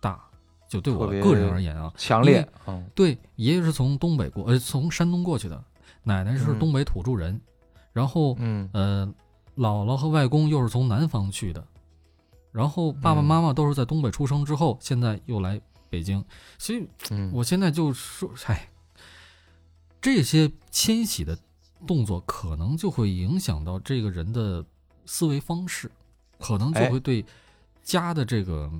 [SPEAKER 2] 大，就对我
[SPEAKER 3] 特别
[SPEAKER 2] 个人而言啊，
[SPEAKER 3] 强
[SPEAKER 2] 因为
[SPEAKER 3] 烈，嗯，
[SPEAKER 2] 对，爷爷是从东北过，呃，从山东过去的，奶奶是
[SPEAKER 3] 嗯
[SPEAKER 2] 东北土著人，然后
[SPEAKER 3] 嗯
[SPEAKER 2] 呃，姥姥和外公又是从南方去的，然后爸爸
[SPEAKER 3] 嗯
[SPEAKER 2] 妈妈都是在东北出生之后，现在又来北京，所以
[SPEAKER 3] 嗯，
[SPEAKER 2] 我现在就说，哎，这些迁徙的动作可能就会影响到这个人的思维方式，可能就
[SPEAKER 3] 哎
[SPEAKER 2] 会对家的这个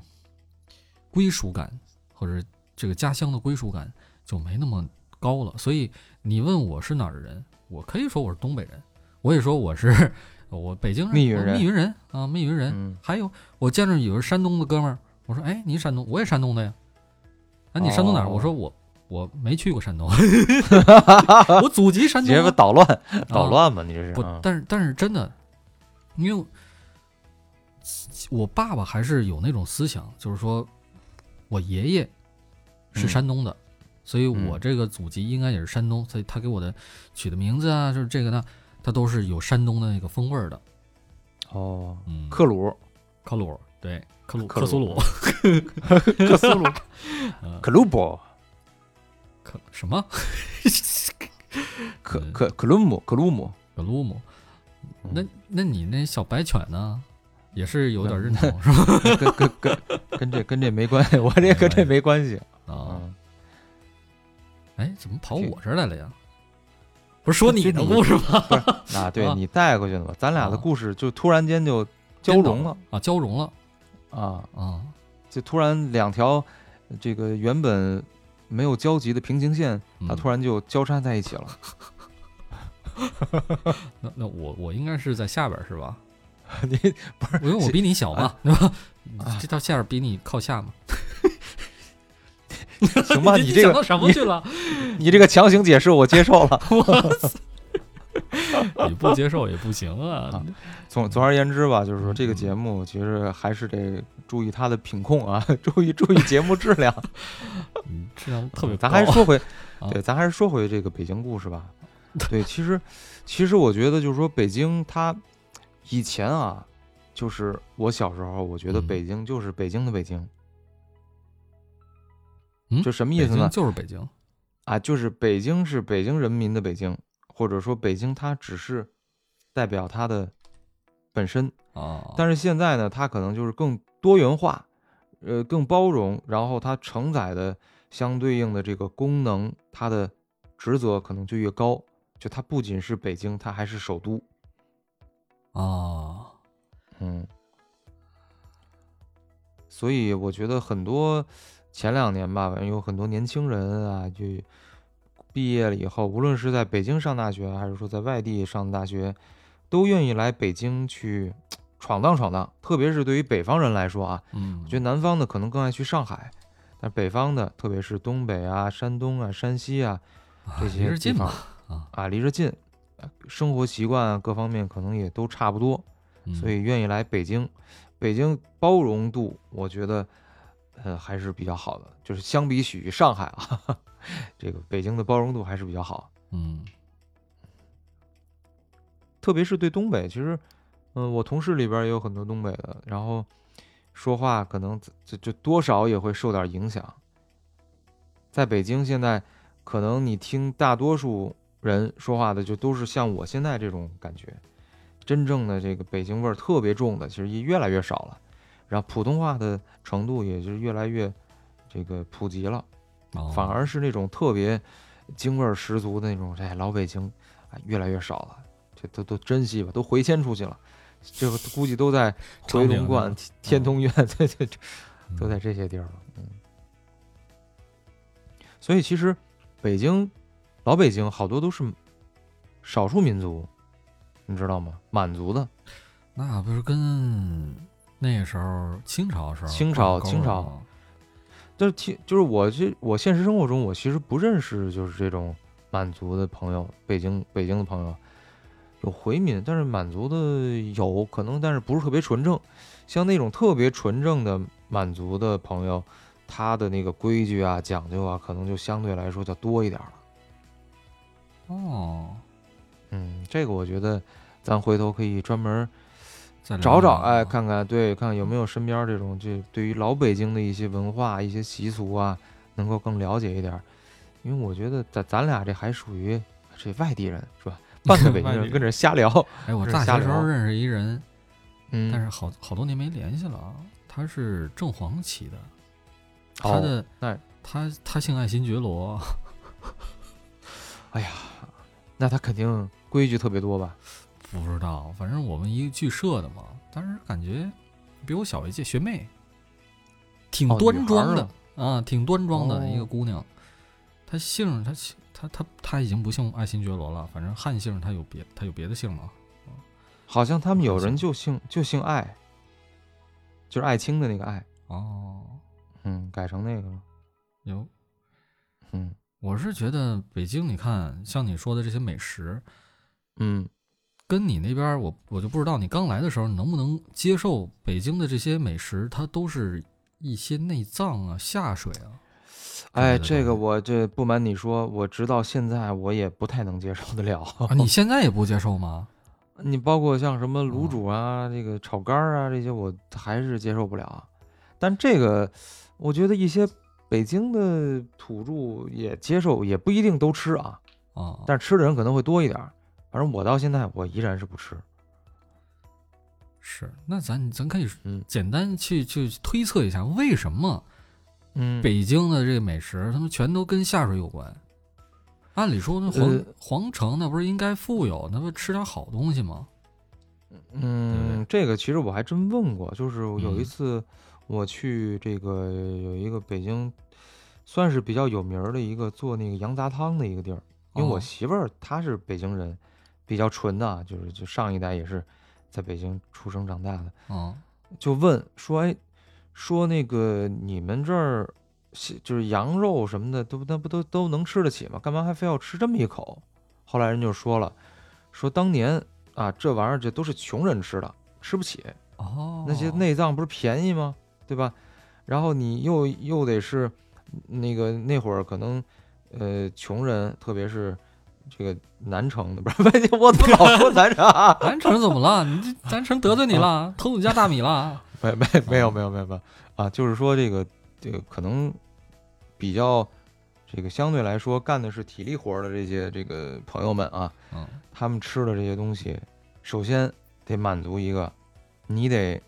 [SPEAKER 2] 归属感或者这个家乡的归属感就没那么高了。所以你问我是哪儿人，我可以说我是东北人，我也说我是 我北京人，
[SPEAKER 3] 密云
[SPEAKER 2] 我
[SPEAKER 3] 人
[SPEAKER 2] 密云人啊，密云人。
[SPEAKER 3] 嗯
[SPEAKER 2] 还有我见着有个山东的哥们儿，我说哎，你山东，我也山东的呀。啊，你山东哪儿？
[SPEAKER 3] 哦
[SPEAKER 2] 我说我我没去过山 东，我祖籍山
[SPEAKER 3] 直
[SPEAKER 2] 东
[SPEAKER 3] 接
[SPEAKER 2] 啊、
[SPEAKER 3] 不捣乱捣
[SPEAKER 2] 啊
[SPEAKER 3] 乱吧，你这是
[SPEAKER 2] 不
[SPEAKER 3] 嗯，
[SPEAKER 2] 但是但是真的，因为我爸爸还是有那种思想，就是说我爷爷是
[SPEAKER 3] 嗯
[SPEAKER 2] 山东的，所以我
[SPEAKER 3] 嗯
[SPEAKER 2] 这个祖籍应该也是山东，所以他给我的取的名字啊，就是这个呢，他都是有山东的那个风味儿的。
[SPEAKER 3] 哦，
[SPEAKER 2] 嗯，
[SPEAKER 3] 克鲁
[SPEAKER 2] 克鲁尔对克鲁
[SPEAKER 3] 克
[SPEAKER 2] 克苏
[SPEAKER 3] 鲁
[SPEAKER 2] 鲁克苏鲁，嗯
[SPEAKER 3] 克鲁布
[SPEAKER 2] 克 什么
[SPEAKER 3] 克
[SPEAKER 2] 嗯
[SPEAKER 3] 克克鲁姆克鲁姆，
[SPEAKER 2] 格鲁姆？那
[SPEAKER 3] 嗯
[SPEAKER 2] 那你那小白犬呢？也是有点认
[SPEAKER 3] 嗯
[SPEAKER 2] 同是吧？
[SPEAKER 3] 跟跟跟跟这跟这没关系， 我这跟这没关系。
[SPEAKER 2] 啊，
[SPEAKER 3] 嗯，
[SPEAKER 2] 哎，怎么跑
[SPEAKER 3] 这
[SPEAKER 2] 我这儿来了呀？不是说你的
[SPEAKER 3] 这你
[SPEAKER 2] 故事吗？
[SPEAKER 3] 啊，对
[SPEAKER 2] 啊
[SPEAKER 3] 你带过去的嘛，咱俩的故事就突然间就交融了
[SPEAKER 2] 啊，交融了
[SPEAKER 3] 啊，
[SPEAKER 2] 啊！
[SPEAKER 3] 就突然两条这个原本没有交集的平行线，
[SPEAKER 2] 嗯
[SPEAKER 3] 它突然就交叉在一起了。
[SPEAKER 2] 那那我我应该是在下边儿是 吧？
[SPEAKER 3] 你
[SPEAKER 2] 因为我比你小
[SPEAKER 3] 啊
[SPEAKER 2] 嘛，对吧？这到下边儿比你靠下嘛？
[SPEAKER 3] 行 吧，
[SPEAKER 2] 你
[SPEAKER 3] 这
[SPEAKER 2] 想
[SPEAKER 3] 个
[SPEAKER 2] 到什么去了？
[SPEAKER 3] 你这个强行解释我接受 了。
[SPEAKER 2] 你不接受也不行啊
[SPEAKER 3] 啊！总总而言之吧，就是说这个节目其实还是得注意它的品控啊， 注意注意节目质量。
[SPEAKER 2] 你质量特别高
[SPEAKER 3] 嗯咱还是说回
[SPEAKER 2] 啊，
[SPEAKER 3] 对，咱还是说回这个北京故事吧。 对，其实其实我觉得就是说，北京它以前啊，就是我小时候，我觉得
[SPEAKER 2] 嗯
[SPEAKER 3] 北京就是北京的北京。
[SPEAKER 2] 嗯
[SPEAKER 3] 就什么意
[SPEAKER 2] 北
[SPEAKER 3] 思
[SPEAKER 2] 京
[SPEAKER 3] 呢？
[SPEAKER 2] 就是北京，
[SPEAKER 3] 啊，就是北京是北京人民的北京，或者说北京它只是代表它的本身。
[SPEAKER 2] 啊，
[SPEAKER 3] 但是现在呢，它可能就是更多元化，呃，更包容，然后它承载的相对应的这个功能，它的职责可能就越高。就它不仅是北京，它还是首都。
[SPEAKER 2] 啊，
[SPEAKER 3] 嗯，所以我觉得很多前两年吧，反正有很多年轻人啊，就毕业了以后，无论是在北京上大学，还是说在外地上大学，都愿意来北京去闯荡闯荡。特别是对于北方人来说啊，
[SPEAKER 2] 嗯，
[SPEAKER 3] 我觉得南方的可能更爱去上海，但北方的，特别是东北啊、山东啊、山西啊这
[SPEAKER 2] 离
[SPEAKER 3] 些
[SPEAKER 2] 着
[SPEAKER 3] 地
[SPEAKER 2] 近
[SPEAKER 3] 方
[SPEAKER 2] 嘛啊
[SPEAKER 3] 啊，离着近，呃生活习惯啊各方面可能也都差不多，
[SPEAKER 2] 嗯
[SPEAKER 3] 所以愿意来北京，北京包容度我觉得，呃，还是比较好的，就是相比于上海啊， 这个北京的包容度还是比较好，
[SPEAKER 2] 嗯
[SPEAKER 3] 特别是对东北，其实，嗯、我同事里边也有很多东北的，然后说话可能就就多少也会受点影响。在北京现在，可能你听大多数人说话的就都是像我现在这种感觉，真正的这个北京味儿特别重的，其实也越来越少了，然后普通话的程度也是越来越这个普及了。
[SPEAKER 2] 哦
[SPEAKER 3] 反而是那种特别京味儿十足的那种，哎，老北京，哎，越来越少了，这都都珍惜吧，都回迁出去了，这个估计都在
[SPEAKER 2] 昌
[SPEAKER 3] 回
[SPEAKER 2] 平
[SPEAKER 3] 龙观
[SPEAKER 2] 嗯、
[SPEAKER 3] 天通苑， 这这这
[SPEAKER 2] 嗯
[SPEAKER 3] 都在这些地儿了，嗯。所以其实北京，老北京好多都是少数民族，你知道吗？满族的，
[SPEAKER 2] 那不是跟那时候清朝时候
[SPEAKER 3] 清朝
[SPEAKER 2] 挂钩
[SPEAKER 3] 清朝
[SPEAKER 2] 吗
[SPEAKER 3] 就是其就是我这我现实生活中，我其实不认识就是这种满族的朋友，北京北京的朋友有回民，但是满族的有可能，但是不是特别纯正。像那种特别纯正的满族的朋友，他的那个规矩啊、讲究啊，可能就相对来说就多一点了。
[SPEAKER 2] 哦，
[SPEAKER 3] 嗯，这个我觉得咱回头可以专门
[SPEAKER 2] 再聊
[SPEAKER 3] 找找，
[SPEAKER 2] 聊
[SPEAKER 3] 哎，看看对，看看有没有身边这种这对于老北京的一些文化、一些习俗啊，能够更了解一点儿。因为我觉得咱咱俩这还属于这外地人是吧？半个北京
[SPEAKER 2] 外地
[SPEAKER 3] 人
[SPEAKER 2] 人
[SPEAKER 3] 跟这瞎聊，
[SPEAKER 2] 哎，我
[SPEAKER 3] 这
[SPEAKER 2] 大
[SPEAKER 3] 瞎
[SPEAKER 2] 学时候
[SPEAKER 3] 聊
[SPEAKER 2] 认识一人，
[SPEAKER 3] 嗯，
[SPEAKER 2] 但是好好多年没联系了啊。他是正黄旗的，他
[SPEAKER 3] 哦
[SPEAKER 2] 的、
[SPEAKER 3] 那
[SPEAKER 2] 他他姓爱新觉罗，
[SPEAKER 3] 那他肯定规矩特别多吧？
[SPEAKER 2] 不知道，反正我们一个剧社的嘛，当时感觉比我小一届学妹，挺
[SPEAKER 3] 哦
[SPEAKER 2] 端庄的
[SPEAKER 3] 女、
[SPEAKER 2] 啊，挺端庄的
[SPEAKER 3] 哦
[SPEAKER 2] 一个姑娘。她姓她姓她她她已经不姓爱新觉罗了，反正汉姓她有别她有别的姓嘛。
[SPEAKER 3] 好像他们有人就姓就姓艾，就是艾青的那个艾，
[SPEAKER 2] 哦，
[SPEAKER 3] 嗯，改成那个了，
[SPEAKER 2] 有
[SPEAKER 3] 嗯
[SPEAKER 2] 哦我是觉得北京，你看像你说的这些美食，
[SPEAKER 3] 嗯，
[SPEAKER 2] 跟你那边儿我我就不知道你刚来的时候你能不能接受北京的这些美食，它都是一些内脏啊、下水啊。
[SPEAKER 3] 哎，
[SPEAKER 2] 对对
[SPEAKER 3] 这个
[SPEAKER 2] 对
[SPEAKER 3] 我这不瞒你说，我直到现在我也不太能接受得了。
[SPEAKER 2] 啊，你现在也不接受吗？
[SPEAKER 3] 你包括像什么卤
[SPEAKER 2] 哦
[SPEAKER 3] 煮啊、这个炒肝儿啊这些，我还是接受不了。啊但这个，我觉得一些北京的土著也接受，也不一定都吃啊，
[SPEAKER 2] 啊，
[SPEAKER 3] 但是吃的人可能会多一点儿。反正我到现在我依然是不吃。
[SPEAKER 2] 是那咱咱可以
[SPEAKER 3] 嗯
[SPEAKER 2] 简单去去推测一下，为什么
[SPEAKER 3] 嗯，
[SPEAKER 2] 北京的这个美食，他们全都跟下水有关？按理说，那皇
[SPEAKER 3] 呃
[SPEAKER 2] 皇城那不是应该富有，那不吃点好东西吗？对
[SPEAKER 3] 嗯，这个其实我还真问过，就是有一
[SPEAKER 2] 嗯
[SPEAKER 3] 次我去这个有一个北京，算是比较有名儿的一个做那个羊杂汤的一个地儿，因为我
[SPEAKER 2] 哦
[SPEAKER 3] 媳妇儿她是北京人，比较纯的啊，就是就上一代也是在北京出生长大的，
[SPEAKER 2] 啊，
[SPEAKER 3] 就问说，哎，说那个你们这儿是就是羊肉什么的，都那不都都能吃得起吗？干嘛还非要吃这么一口？后来人就说了，说当年啊，这玩意儿这都是穷人吃的，吃不起。
[SPEAKER 2] 哦，
[SPEAKER 3] 那些内脏不是便宜吗？对吧？然后你又又得是嗯那个那会儿可能，呃，穷人，特别是这个南城的，不 是 我怎么老说南城啊？
[SPEAKER 2] 南哦城怎么了？你这南城得罪你了，偷你家大米了？
[SPEAKER 3] 没没没
[SPEAKER 2] 哦
[SPEAKER 3] 有没有没有没有啊，就是说这个这个可能比较这个相对来说干的是体力活儿的这些这个朋友们啊，
[SPEAKER 2] 嗯，
[SPEAKER 3] 他们吃的这些东西，首先得满足一个，你得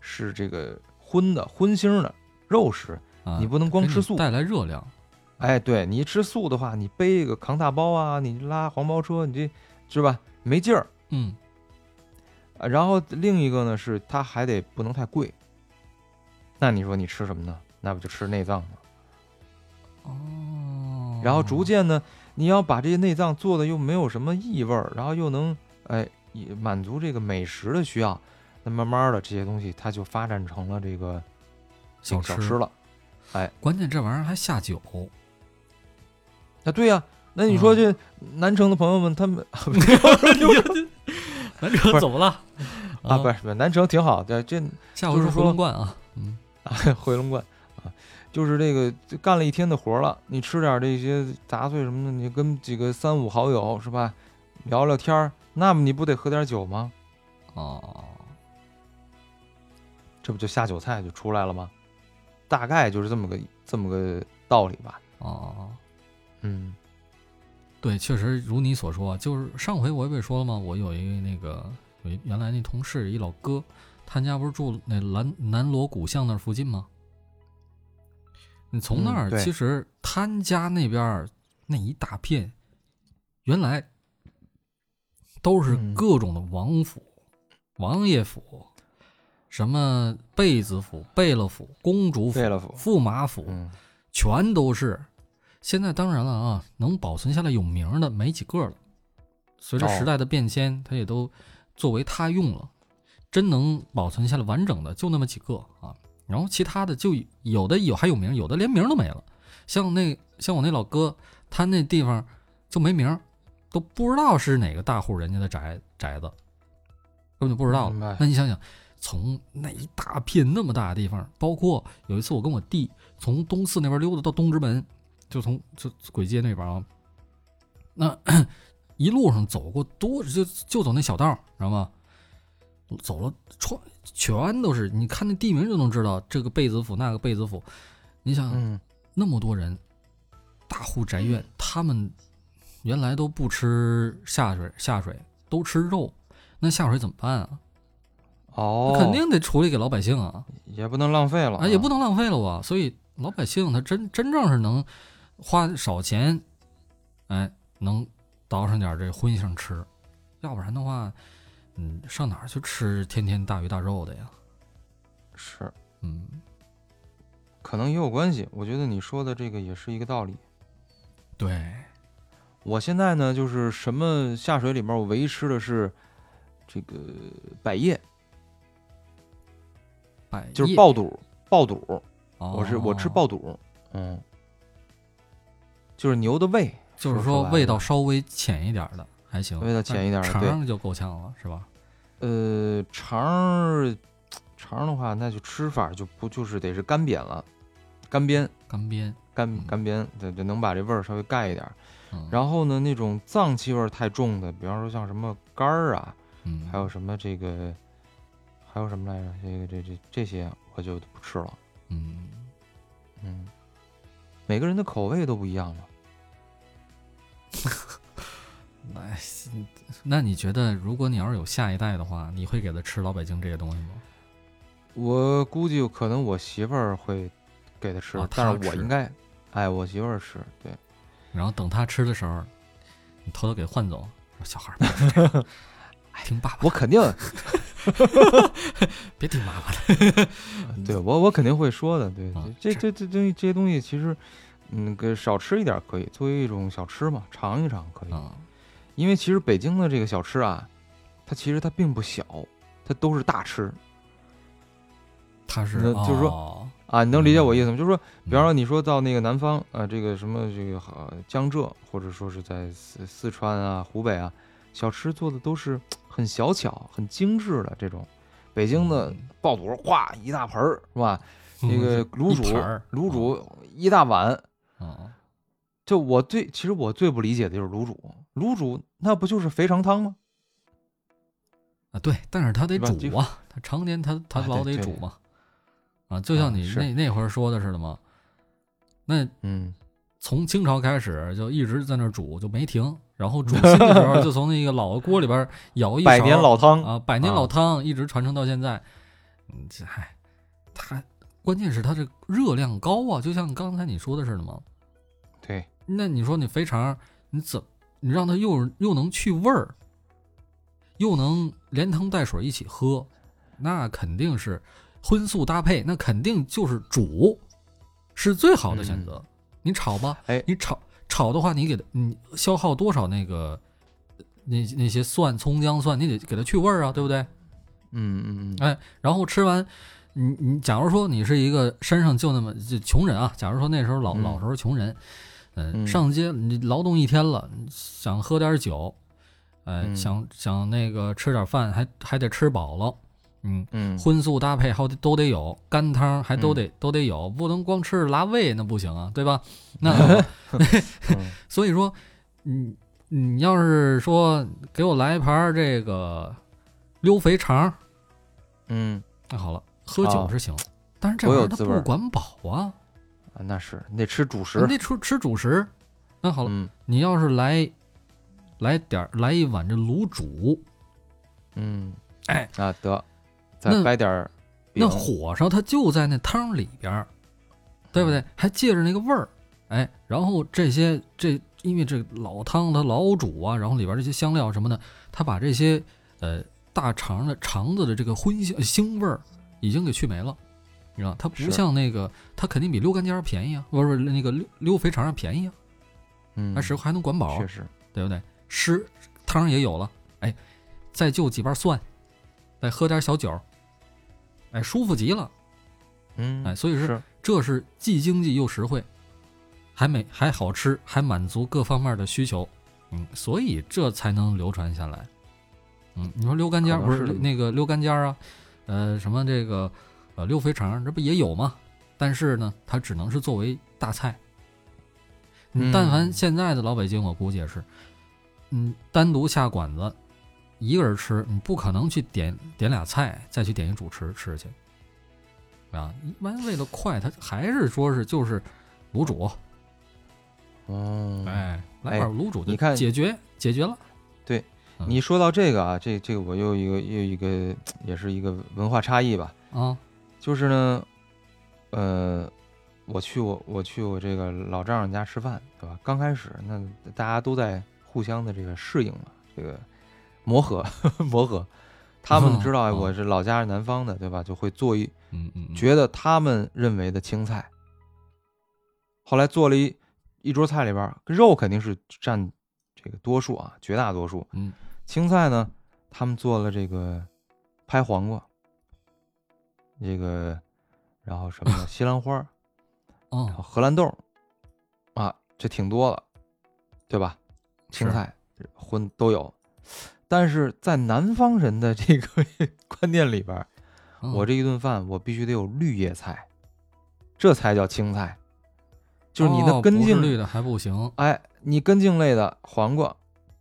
[SPEAKER 3] 是这个荤的荤腥的肉食，
[SPEAKER 2] 啊
[SPEAKER 3] 你不能光
[SPEAKER 2] 给
[SPEAKER 3] 吃
[SPEAKER 2] 你
[SPEAKER 3] 素。
[SPEAKER 2] 带来热量。
[SPEAKER 3] 哎，对你一吃素的话，你背一个扛大包啊，你拉黄包车，你这是吧没劲儿。
[SPEAKER 2] 嗯，
[SPEAKER 3] 啊然后另一个呢是它还得不能太贵。那你说你吃什么呢？那不就吃内脏吗？
[SPEAKER 2] 哦，
[SPEAKER 3] 然后逐渐呢，你要把这些内脏做的又没有什么异味儿，然后又能哎也满足这个美食的需要，那慢慢的这些东西它就发展成了这个这
[SPEAKER 2] 小
[SPEAKER 3] 个小吃了。
[SPEAKER 2] 关键这玩意儿还 下酒，
[SPEAKER 3] 啊，对呀、那你说
[SPEAKER 2] 嗯
[SPEAKER 3] 这南城的朋友们，他们
[SPEAKER 2] 南城怎么了？嗯
[SPEAKER 3] 啊， 不是不是南城挺好的，这
[SPEAKER 2] 下回
[SPEAKER 3] 就是是
[SPEAKER 2] 回
[SPEAKER 3] 说
[SPEAKER 2] 龙观啊，嗯，
[SPEAKER 3] 回龙观啊，就是这个就干了一天的活儿了，你吃点儿这些杂碎什么的，你跟几个三五好友是吧，聊聊天儿，那么你不得喝点酒吗？
[SPEAKER 2] 哦，
[SPEAKER 3] 这不就下酒菜就出来了吗？大概就是这么个这么个道理吧。
[SPEAKER 2] 哦，
[SPEAKER 3] 嗯
[SPEAKER 2] 对，确实如你所说，啊就是上回我也不也说了吗？我有一个那个有一原来那同事，一老哥，他家不是住那南南锣鼓巷那附近吗？你从那
[SPEAKER 3] 嗯
[SPEAKER 2] 儿、
[SPEAKER 3] 对
[SPEAKER 2] 其实他家那边儿那一大片，原来都是
[SPEAKER 3] 嗯
[SPEAKER 2] 各种的王府、王爷府，什么贝子府、贝勒府、公主府
[SPEAKER 3] 贝勒府、
[SPEAKER 2] 驸马府，
[SPEAKER 3] 嗯，
[SPEAKER 2] 全都是。现在当然了啊，能保存下来有名儿的没几个了。随着
[SPEAKER 3] 哦
[SPEAKER 2] 时代的变迁，它也都作为他用了。真能保存下来完整的就那么几个啊，然后其他的就有的有还有名，有的连名都没了。像那像我那老哥，他那地方就没名儿，都不知道是哪个大户人家的宅宅子，根本就不知道
[SPEAKER 3] 明白
[SPEAKER 2] 了。那你想想，从那一大片那么大的地方，包括有一次我跟我弟从东四那边溜达到东直门，就从就簋街那边啊，那一路上走过多就就走那小道儿，知道吗？走了穿全都是，你看那地名就能知道这个贝子府那个贝子府，你想、
[SPEAKER 3] 嗯，
[SPEAKER 2] 那么多人，大户宅院，他们原来都不吃下水，下水都吃肉，那下水怎么办啊？
[SPEAKER 3] 哦
[SPEAKER 2] 那，肯定得处理给老百姓啊，
[SPEAKER 3] 也不能浪费了
[SPEAKER 2] 啊也不能浪费了啊。所以老百姓他真真正是能花少钱，哎，能倒上点这荤腥吃，要不然的话，嗯，上哪儿去吃天天大鱼大肉的呀？
[SPEAKER 3] 是，
[SPEAKER 2] 嗯。
[SPEAKER 3] 可能也有关系。我觉得你说的这个也是一个道理。
[SPEAKER 2] 对，
[SPEAKER 3] 我现在呢，就是什么下水里面，我唯一吃的是这个百叶，
[SPEAKER 2] 百叶
[SPEAKER 3] 就是爆肚，爆肚，
[SPEAKER 2] 哦
[SPEAKER 3] 我是我吃爆肚，嗯，就是牛的胃，
[SPEAKER 2] 就是
[SPEAKER 3] 说
[SPEAKER 2] 说
[SPEAKER 3] 白了
[SPEAKER 2] 味道稍微浅一点儿的还行，
[SPEAKER 3] 味道浅一点儿的
[SPEAKER 2] 肠
[SPEAKER 3] 对
[SPEAKER 2] 儿就够呛了，是吧？
[SPEAKER 3] 呃，肠儿，肠儿的话，那就吃法就不就是得是干煸了，干煸，
[SPEAKER 2] 干煸，
[SPEAKER 3] 干
[SPEAKER 2] 嗯
[SPEAKER 3] 干煸，对对，能把这味儿稍微盖一点儿。
[SPEAKER 2] 嗯，
[SPEAKER 3] 然后呢，那种脏气味儿太重的，比方说像什么肝儿啊，
[SPEAKER 2] 嗯，
[SPEAKER 3] 还有什么这个，还有什么来着？这个这这这些我就不吃了。
[SPEAKER 2] 嗯，
[SPEAKER 3] 嗯，每个人的口味都不一样嘛。
[SPEAKER 2] 哎，那你觉得如果你要是有下一代的话，你会给他吃老北京这些东西吗？
[SPEAKER 3] 我估计有可能我媳妇儿会给他吃，
[SPEAKER 2] 哦她
[SPEAKER 3] 但是我
[SPEAKER 2] 吃
[SPEAKER 3] 应该，哎，我媳妇儿吃，对，
[SPEAKER 2] 然后等他吃的时候，你偷偷给换走，说小孩儿别吃 这个，听爸爸，
[SPEAKER 3] 我肯定，
[SPEAKER 2] 别听妈妈的。
[SPEAKER 3] 对我我肯定会说的，对
[SPEAKER 2] 啊，
[SPEAKER 3] 这这这东西这些东西其实，嗯，给少吃一点可以，作为一种小吃嘛，尝一尝可以。
[SPEAKER 2] 嗯，
[SPEAKER 3] 因为其实北京的这个小吃啊，它其实它并不小，它都是大吃
[SPEAKER 2] 他是哦
[SPEAKER 3] 那就是说
[SPEAKER 2] 说，
[SPEAKER 3] 啊，你能理解我意思吗？就是说，比方
[SPEAKER 2] 嗯
[SPEAKER 3] 说你说到那个南方啊，这个什么这个呃江浙，或者说是在四四川啊、湖北啊，小吃做的都是很小巧、很精致的这种。北京的
[SPEAKER 2] 嗯
[SPEAKER 3] 爆肚，哗一大盆儿是吧？那个卤煮
[SPEAKER 2] 一盘儿，
[SPEAKER 3] 卤煮一大碗。
[SPEAKER 2] 嗯，
[SPEAKER 3] 就我最其实我最不理解的就是卤煮，卤煮那不就是肥肠汤吗？
[SPEAKER 2] 啊，对，但是他
[SPEAKER 3] 对
[SPEAKER 2] 得
[SPEAKER 3] 吧这
[SPEAKER 2] 煮
[SPEAKER 3] 个
[SPEAKER 2] 啊，他常年他他
[SPEAKER 3] 啊
[SPEAKER 2] 老
[SPEAKER 3] 对
[SPEAKER 2] 得
[SPEAKER 3] 对
[SPEAKER 2] 煮嘛，啊，就像
[SPEAKER 3] 啊
[SPEAKER 2] 你
[SPEAKER 3] 是
[SPEAKER 2] 那那会儿说的似的嘛，那
[SPEAKER 3] 嗯，
[SPEAKER 2] 从清朝开始就一直在那儿煮，就没停，然后煮新的时 候就从那个老的锅里边儿舀一
[SPEAKER 3] 百年
[SPEAKER 2] 勺
[SPEAKER 3] 老汤，
[SPEAKER 2] 啊，百年
[SPEAKER 3] 啊
[SPEAKER 2] 老汤一直传承到现在，嗯，这嗨，它关键是它这热量高啊，就像刚才你说的似的嘛，
[SPEAKER 3] 对，
[SPEAKER 2] 那你说你肥肠，你怎你让它又又能去味儿，又能连汤带水一起喝，那肯定是荤素搭配，那肯定就是煮是最好的选择。你炒吧，
[SPEAKER 3] 哎
[SPEAKER 2] 你炒炒的话，你给它你消耗多少那个呃那那些蒜、葱、姜、蒜，你得给它去味儿啊，对不对？
[SPEAKER 3] 嗯嗯嗯，
[SPEAKER 2] 哎，然后吃完，你你假如说你是一个身上就那么就穷人啊，假如说那时候老、
[SPEAKER 3] 嗯
[SPEAKER 2] 老时候穷人，嗯，
[SPEAKER 3] 嗯
[SPEAKER 2] 上街你劳动一天了，你想喝点酒，哎，
[SPEAKER 3] 嗯
[SPEAKER 2] 想想那个吃点饭还还得吃饱了，嗯，
[SPEAKER 3] 嗯，
[SPEAKER 2] 荤素搭配好得都得有，干汤还都得、都得有，不能光吃拉胃那不行啊，对吧？那
[SPEAKER 3] 嗯
[SPEAKER 2] 所以说，你你要是说给我来一盘儿这个溜肥肠儿，
[SPEAKER 3] 嗯，
[SPEAKER 2] 那好了，喝酒
[SPEAKER 3] 哦
[SPEAKER 2] 是行，但是这
[SPEAKER 3] 我
[SPEAKER 2] 玩意
[SPEAKER 3] 有
[SPEAKER 2] 儿它
[SPEAKER 3] 滋味儿
[SPEAKER 2] 不管饱啊，
[SPEAKER 3] 啊那是你得吃主食
[SPEAKER 2] 你，得吃吃主食。那好了，
[SPEAKER 3] 嗯
[SPEAKER 2] 你要是来来点儿来一碗这卤煮，
[SPEAKER 3] 嗯，
[SPEAKER 2] 哎，
[SPEAKER 3] 啊得，再
[SPEAKER 2] 那
[SPEAKER 3] 掰点儿饼，
[SPEAKER 2] 那火烧它就在那汤里边儿，对
[SPEAKER 3] 嗯
[SPEAKER 2] 不对？还借着那个味儿，哎，然后这些这因为这老汤它老煮啊，然后里边这些香料什么的，它把这些呃大肠的肠子的这个荤香腥味儿已经给去没了。你知道，它不
[SPEAKER 3] 是
[SPEAKER 2] 像那个，它肯定比溜肝尖儿便宜啊，不是不是那个溜溜肥肠儿便宜啊，
[SPEAKER 3] 嗯
[SPEAKER 2] 还，时还能管饱啊
[SPEAKER 3] 确，实，
[SPEAKER 2] 对不对？吃汤也有了，哎，再就几瓣蒜，再喝点小酒，哎，舒服极了。
[SPEAKER 3] 嗯，
[SPEAKER 2] 哎，所以是
[SPEAKER 3] 是，
[SPEAKER 2] 这是既经济又实惠，还美还好吃，还满足各方面的需求，嗯，所以这才能流传下来。嗯，你说溜肝尖儿
[SPEAKER 3] 可
[SPEAKER 2] 不
[SPEAKER 3] 能
[SPEAKER 2] 是
[SPEAKER 3] 是
[SPEAKER 2] 那个溜肝尖儿啊，呃，什么这个呃溜肥肠儿，这不也有吗？但是呢，它只能是作为大菜。你但凡
[SPEAKER 3] 嗯
[SPEAKER 2] 现在的老北京，我估计也是，嗯，单独下馆子，一个人吃，你不可能去点点俩菜，再去点一主食吃去。啊，一般为了快，他还是说是就是卤煮，
[SPEAKER 3] 哦，
[SPEAKER 2] 哎，
[SPEAKER 3] 哎
[SPEAKER 2] 来碗卤煮就
[SPEAKER 3] 你看
[SPEAKER 2] 解决解决了。嗯
[SPEAKER 3] 你说到这个啊，这这个我又一个又一个，也是一个文化差异吧。
[SPEAKER 2] 啊，
[SPEAKER 3] 就是呢，呃，我去我我去我这个老丈人家吃饭，对吧？刚开始那大家都在互相的这个适应嘛，这个磨合 磨合。他们知道哎
[SPEAKER 2] 哦
[SPEAKER 3] 我是老家是南方的，对吧？就会做一
[SPEAKER 2] 嗯嗯，嗯
[SPEAKER 3] 觉得他们认为的青菜。后来做了一一桌菜里边儿，肉肯定是占这个多数啊，绝大多数。
[SPEAKER 2] 嗯，
[SPEAKER 3] 青菜呢，他们做了这个拍黄瓜，这个然后什么 呢？西兰花儿，然后
[SPEAKER 2] 哦，
[SPEAKER 3] 荷兰豆儿，啊，这挺多了，对吧？青
[SPEAKER 2] 是
[SPEAKER 3] 菜、荤都有，但是在南方人的这个 观念里边儿，
[SPEAKER 2] 嗯
[SPEAKER 3] 我这一顿饭我必须得有绿叶菜，这才叫青菜，就是你的
[SPEAKER 2] 哦
[SPEAKER 3] 根
[SPEAKER 2] 不是
[SPEAKER 3] 茎
[SPEAKER 2] 绿的还 不行，
[SPEAKER 3] 哎，你根茎类的黄瓜，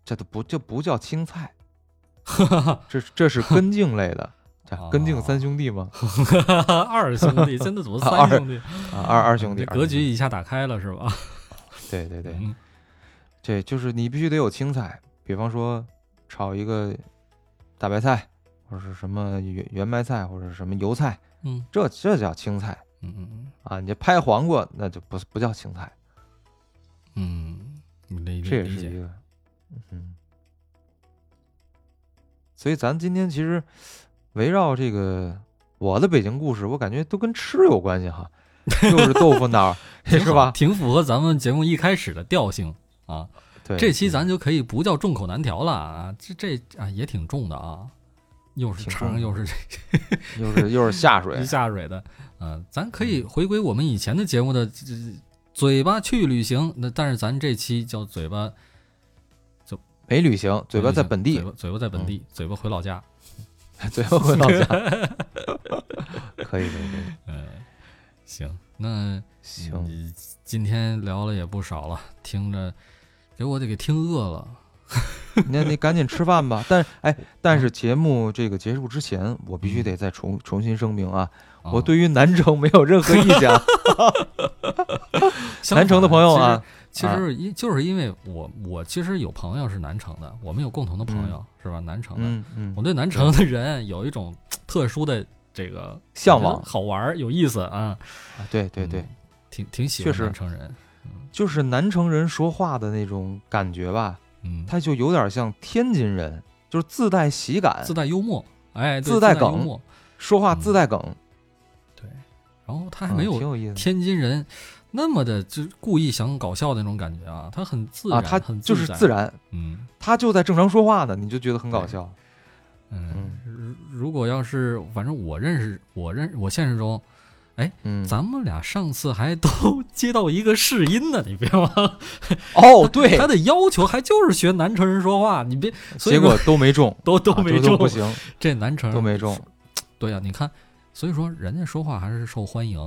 [SPEAKER 3] 这都不这不叫青 菜，这这是根茎类的，这根茎三兄弟吗？
[SPEAKER 2] 二兄弟真的怎么三
[SPEAKER 3] 二
[SPEAKER 2] 兄弟？
[SPEAKER 3] 啊，二二 兄弟，
[SPEAKER 2] 这
[SPEAKER 3] 二
[SPEAKER 2] 哦格
[SPEAKER 3] 兄
[SPEAKER 2] 局
[SPEAKER 3] 弟，
[SPEAKER 2] 一下打开了是吧？
[SPEAKER 3] 对对对，
[SPEAKER 2] 嗯
[SPEAKER 3] 这就是你必须得有青菜，比方说炒一个大白菜，或者是什么圆圆白菜，或者是什么油菜，
[SPEAKER 2] 嗯
[SPEAKER 3] 这这叫青菜
[SPEAKER 2] 嗯嗯
[SPEAKER 3] 啊！你这拍黄瓜那就不不叫青菜，
[SPEAKER 2] 嗯嗯，理
[SPEAKER 3] 这
[SPEAKER 2] 解
[SPEAKER 3] 也
[SPEAKER 2] 理
[SPEAKER 3] 是一
[SPEAKER 2] 解，
[SPEAKER 3] 个，嗯。所以咱今天其实围绕这个我的北京故事，我感觉都跟吃有关系 哈，又是豆腐脑儿，
[SPEAKER 2] 挺好
[SPEAKER 3] 是吧？
[SPEAKER 2] 挺符合咱们节目一开始的调性啊。
[SPEAKER 3] 对，
[SPEAKER 2] 这期咱就可以不叫众口难调了啊，这这啊也挺重的啊，又是
[SPEAKER 3] 挺重
[SPEAKER 2] 肠
[SPEAKER 3] 的
[SPEAKER 2] 又是
[SPEAKER 3] 又是又是下水
[SPEAKER 2] 这，下水的，嗯、咱可以回归我们以前的节目的、这嘴巴去旅行，那但是咱这期叫嘴巴
[SPEAKER 3] 没旅行，嘴巴在
[SPEAKER 2] 旅行
[SPEAKER 3] 本地
[SPEAKER 2] 嘴，巴嘴巴在本地，嘴巴回老家，
[SPEAKER 3] 嘴巴回老家。可以可以可 以，
[SPEAKER 2] 嗯、行，那
[SPEAKER 3] 行，
[SPEAKER 2] 你今天聊了也不少了，听着给我得给听饿了，
[SPEAKER 3] 那你赶紧吃饭吧。但哎，但是节目这个结束之前，我必
[SPEAKER 2] 嗯
[SPEAKER 3] 须得再重重新声明啊，
[SPEAKER 2] 啊
[SPEAKER 3] 我对于南城没有任何意见 啊。
[SPEAKER 2] 相
[SPEAKER 3] 南城的
[SPEAKER 2] 反
[SPEAKER 3] 朋友
[SPEAKER 2] 其实
[SPEAKER 3] 啊，
[SPEAKER 2] 其
[SPEAKER 3] 啊
[SPEAKER 2] 实因就是因为我我其实有朋友是南城的，我们有共同的朋友、是吧？南城的，
[SPEAKER 3] 嗯嗯
[SPEAKER 2] 我，对南城的人有一种特殊的这个
[SPEAKER 3] 向往，
[SPEAKER 2] 好玩儿有意思啊，
[SPEAKER 3] 啊对对对，
[SPEAKER 2] 嗯挺挺喜欢
[SPEAKER 3] 确实
[SPEAKER 2] 南城人，
[SPEAKER 3] 就是南城人说话的那种感觉吧，
[SPEAKER 2] 嗯，
[SPEAKER 3] 他就有点像天津人，就是自带喜感
[SPEAKER 2] 自，带幽默，哎，对
[SPEAKER 3] 自带
[SPEAKER 2] 幽
[SPEAKER 3] 梗
[SPEAKER 2] 默，
[SPEAKER 3] 说话
[SPEAKER 2] 嗯
[SPEAKER 3] 自带梗，
[SPEAKER 2] 对，然后他还
[SPEAKER 3] 嗯
[SPEAKER 2] 没
[SPEAKER 3] 挺
[SPEAKER 2] 有
[SPEAKER 3] 有意思
[SPEAKER 2] 天津人那么的就故意想搞笑的那种感觉啊，他很自
[SPEAKER 3] 的
[SPEAKER 2] 然，
[SPEAKER 3] 啊，他
[SPEAKER 2] 很
[SPEAKER 3] 就是
[SPEAKER 2] 自
[SPEAKER 3] 自，然，
[SPEAKER 2] 嗯
[SPEAKER 3] 他就在正常说话呢，你就觉得很搞笑。嗯
[SPEAKER 2] 嗯嗯，如如果要是反正我认识我认我现实中。
[SPEAKER 3] 嗯，
[SPEAKER 2] 咱们俩上次还都接到一个试音呢，你别忘了，
[SPEAKER 3] 哦 对，
[SPEAKER 2] 他的要求还就是学南城人说话，你别，所以
[SPEAKER 3] 结
[SPEAKER 2] 说
[SPEAKER 3] 果都没中，
[SPEAKER 2] 都都
[SPEAKER 3] 啊
[SPEAKER 2] 没
[SPEAKER 3] 都
[SPEAKER 2] 中，
[SPEAKER 3] 不行，
[SPEAKER 2] 这南城
[SPEAKER 3] 都没中。
[SPEAKER 2] 对呀、啊你看，所以说人家说话还是受欢迎，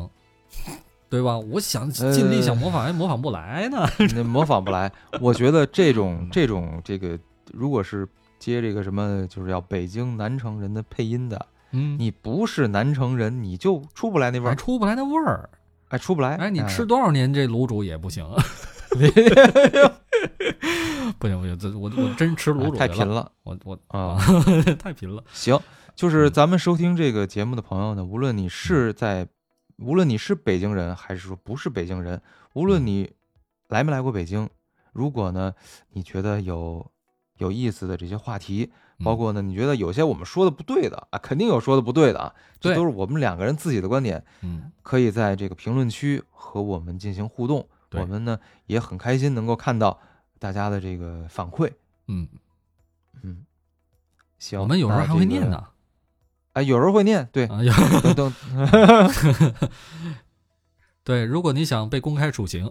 [SPEAKER 2] 对吧？我想
[SPEAKER 3] 呃
[SPEAKER 2] 尽力想模仿，还哎模仿不来呢。
[SPEAKER 3] 那模仿不 来。我觉得这种这种这个，如果是接这个什么，就是要北京南城人的配音的，
[SPEAKER 2] 嗯，
[SPEAKER 3] 你不是南城人，你就出不来那味
[SPEAKER 2] 还
[SPEAKER 3] 儿，
[SPEAKER 2] 出不来那味儿。
[SPEAKER 3] 哎，出不来。
[SPEAKER 2] 哎，你吃多少年这卤煮也不行。 不行不行，这我我真吃卤
[SPEAKER 3] 哎
[SPEAKER 2] 煮
[SPEAKER 3] 太
[SPEAKER 2] 去
[SPEAKER 3] 贫，了
[SPEAKER 2] 我我
[SPEAKER 3] 啊
[SPEAKER 2] 啊！嗯太贫了。
[SPEAKER 3] 行，就是咱们收听这个节目的朋
[SPEAKER 2] 嗯
[SPEAKER 3] 友呢，无论你是在，无论你是北京人还是说不是北京人，无论你来没来过北京，如果呢你觉得有有意思的这些话题，包
[SPEAKER 2] 嗯
[SPEAKER 3] 括呢你觉得有些我们说的不对的啊，肯定有说的不对的啊，这
[SPEAKER 2] 对
[SPEAKER 3] 都是我们两个人自己的观点，
[SPEAKER 2] 嗯，
[SPEAKER 3] 可以在这个评论区和我们进行互动，
[SPEAKER 2] 对
[SPEAKER 3] 我们呢也很开心能够看到大家的这个反馈，
[SPEAKER 2] 嗯，
[SPEAKER 3] 嗯，行，
[SPEAKER 2] 我们有时候
[SPEAKER 3] 那
[SPEAKER 2] 还会
[SPEAKER 3] 这
[SPEAKER 2] 念
[SPEAKER 3] 个
[SPEAKER 2] 呢。
[SPEAKER 3] 哎，有人会念，对，
[SPEAKER 2] 啊，有
[SPEAKER 3] 等等，嗯
[SPEAKER 2] 对，如果你想被公开处刑，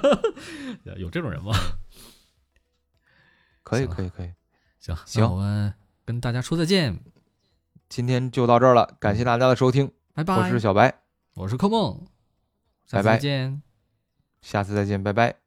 [SPEAKER 2] 有这 种人吗？
[SPEAKER 3] 可以，
[SPEAKER 2] 行
[SPEAKER 3] 可以，可以，
[SPEAKER 2] 行那
[SPEAKER 3] 行
[SPEAKER 2] 我们跟大家说再见，
[SPEAKER 3] 今天就到这儿了，感谢大家的收听，
[SPEAKER 2] 拜嗯拜。
[SPEAKER 3] 我是小白，
[SPEAKER 2] 我是柯梦，下次
[SPEAKER 3] 拜拜
[SPEAKER 2] 再见。
[SPEAKER 3] 下次再见，拜拜。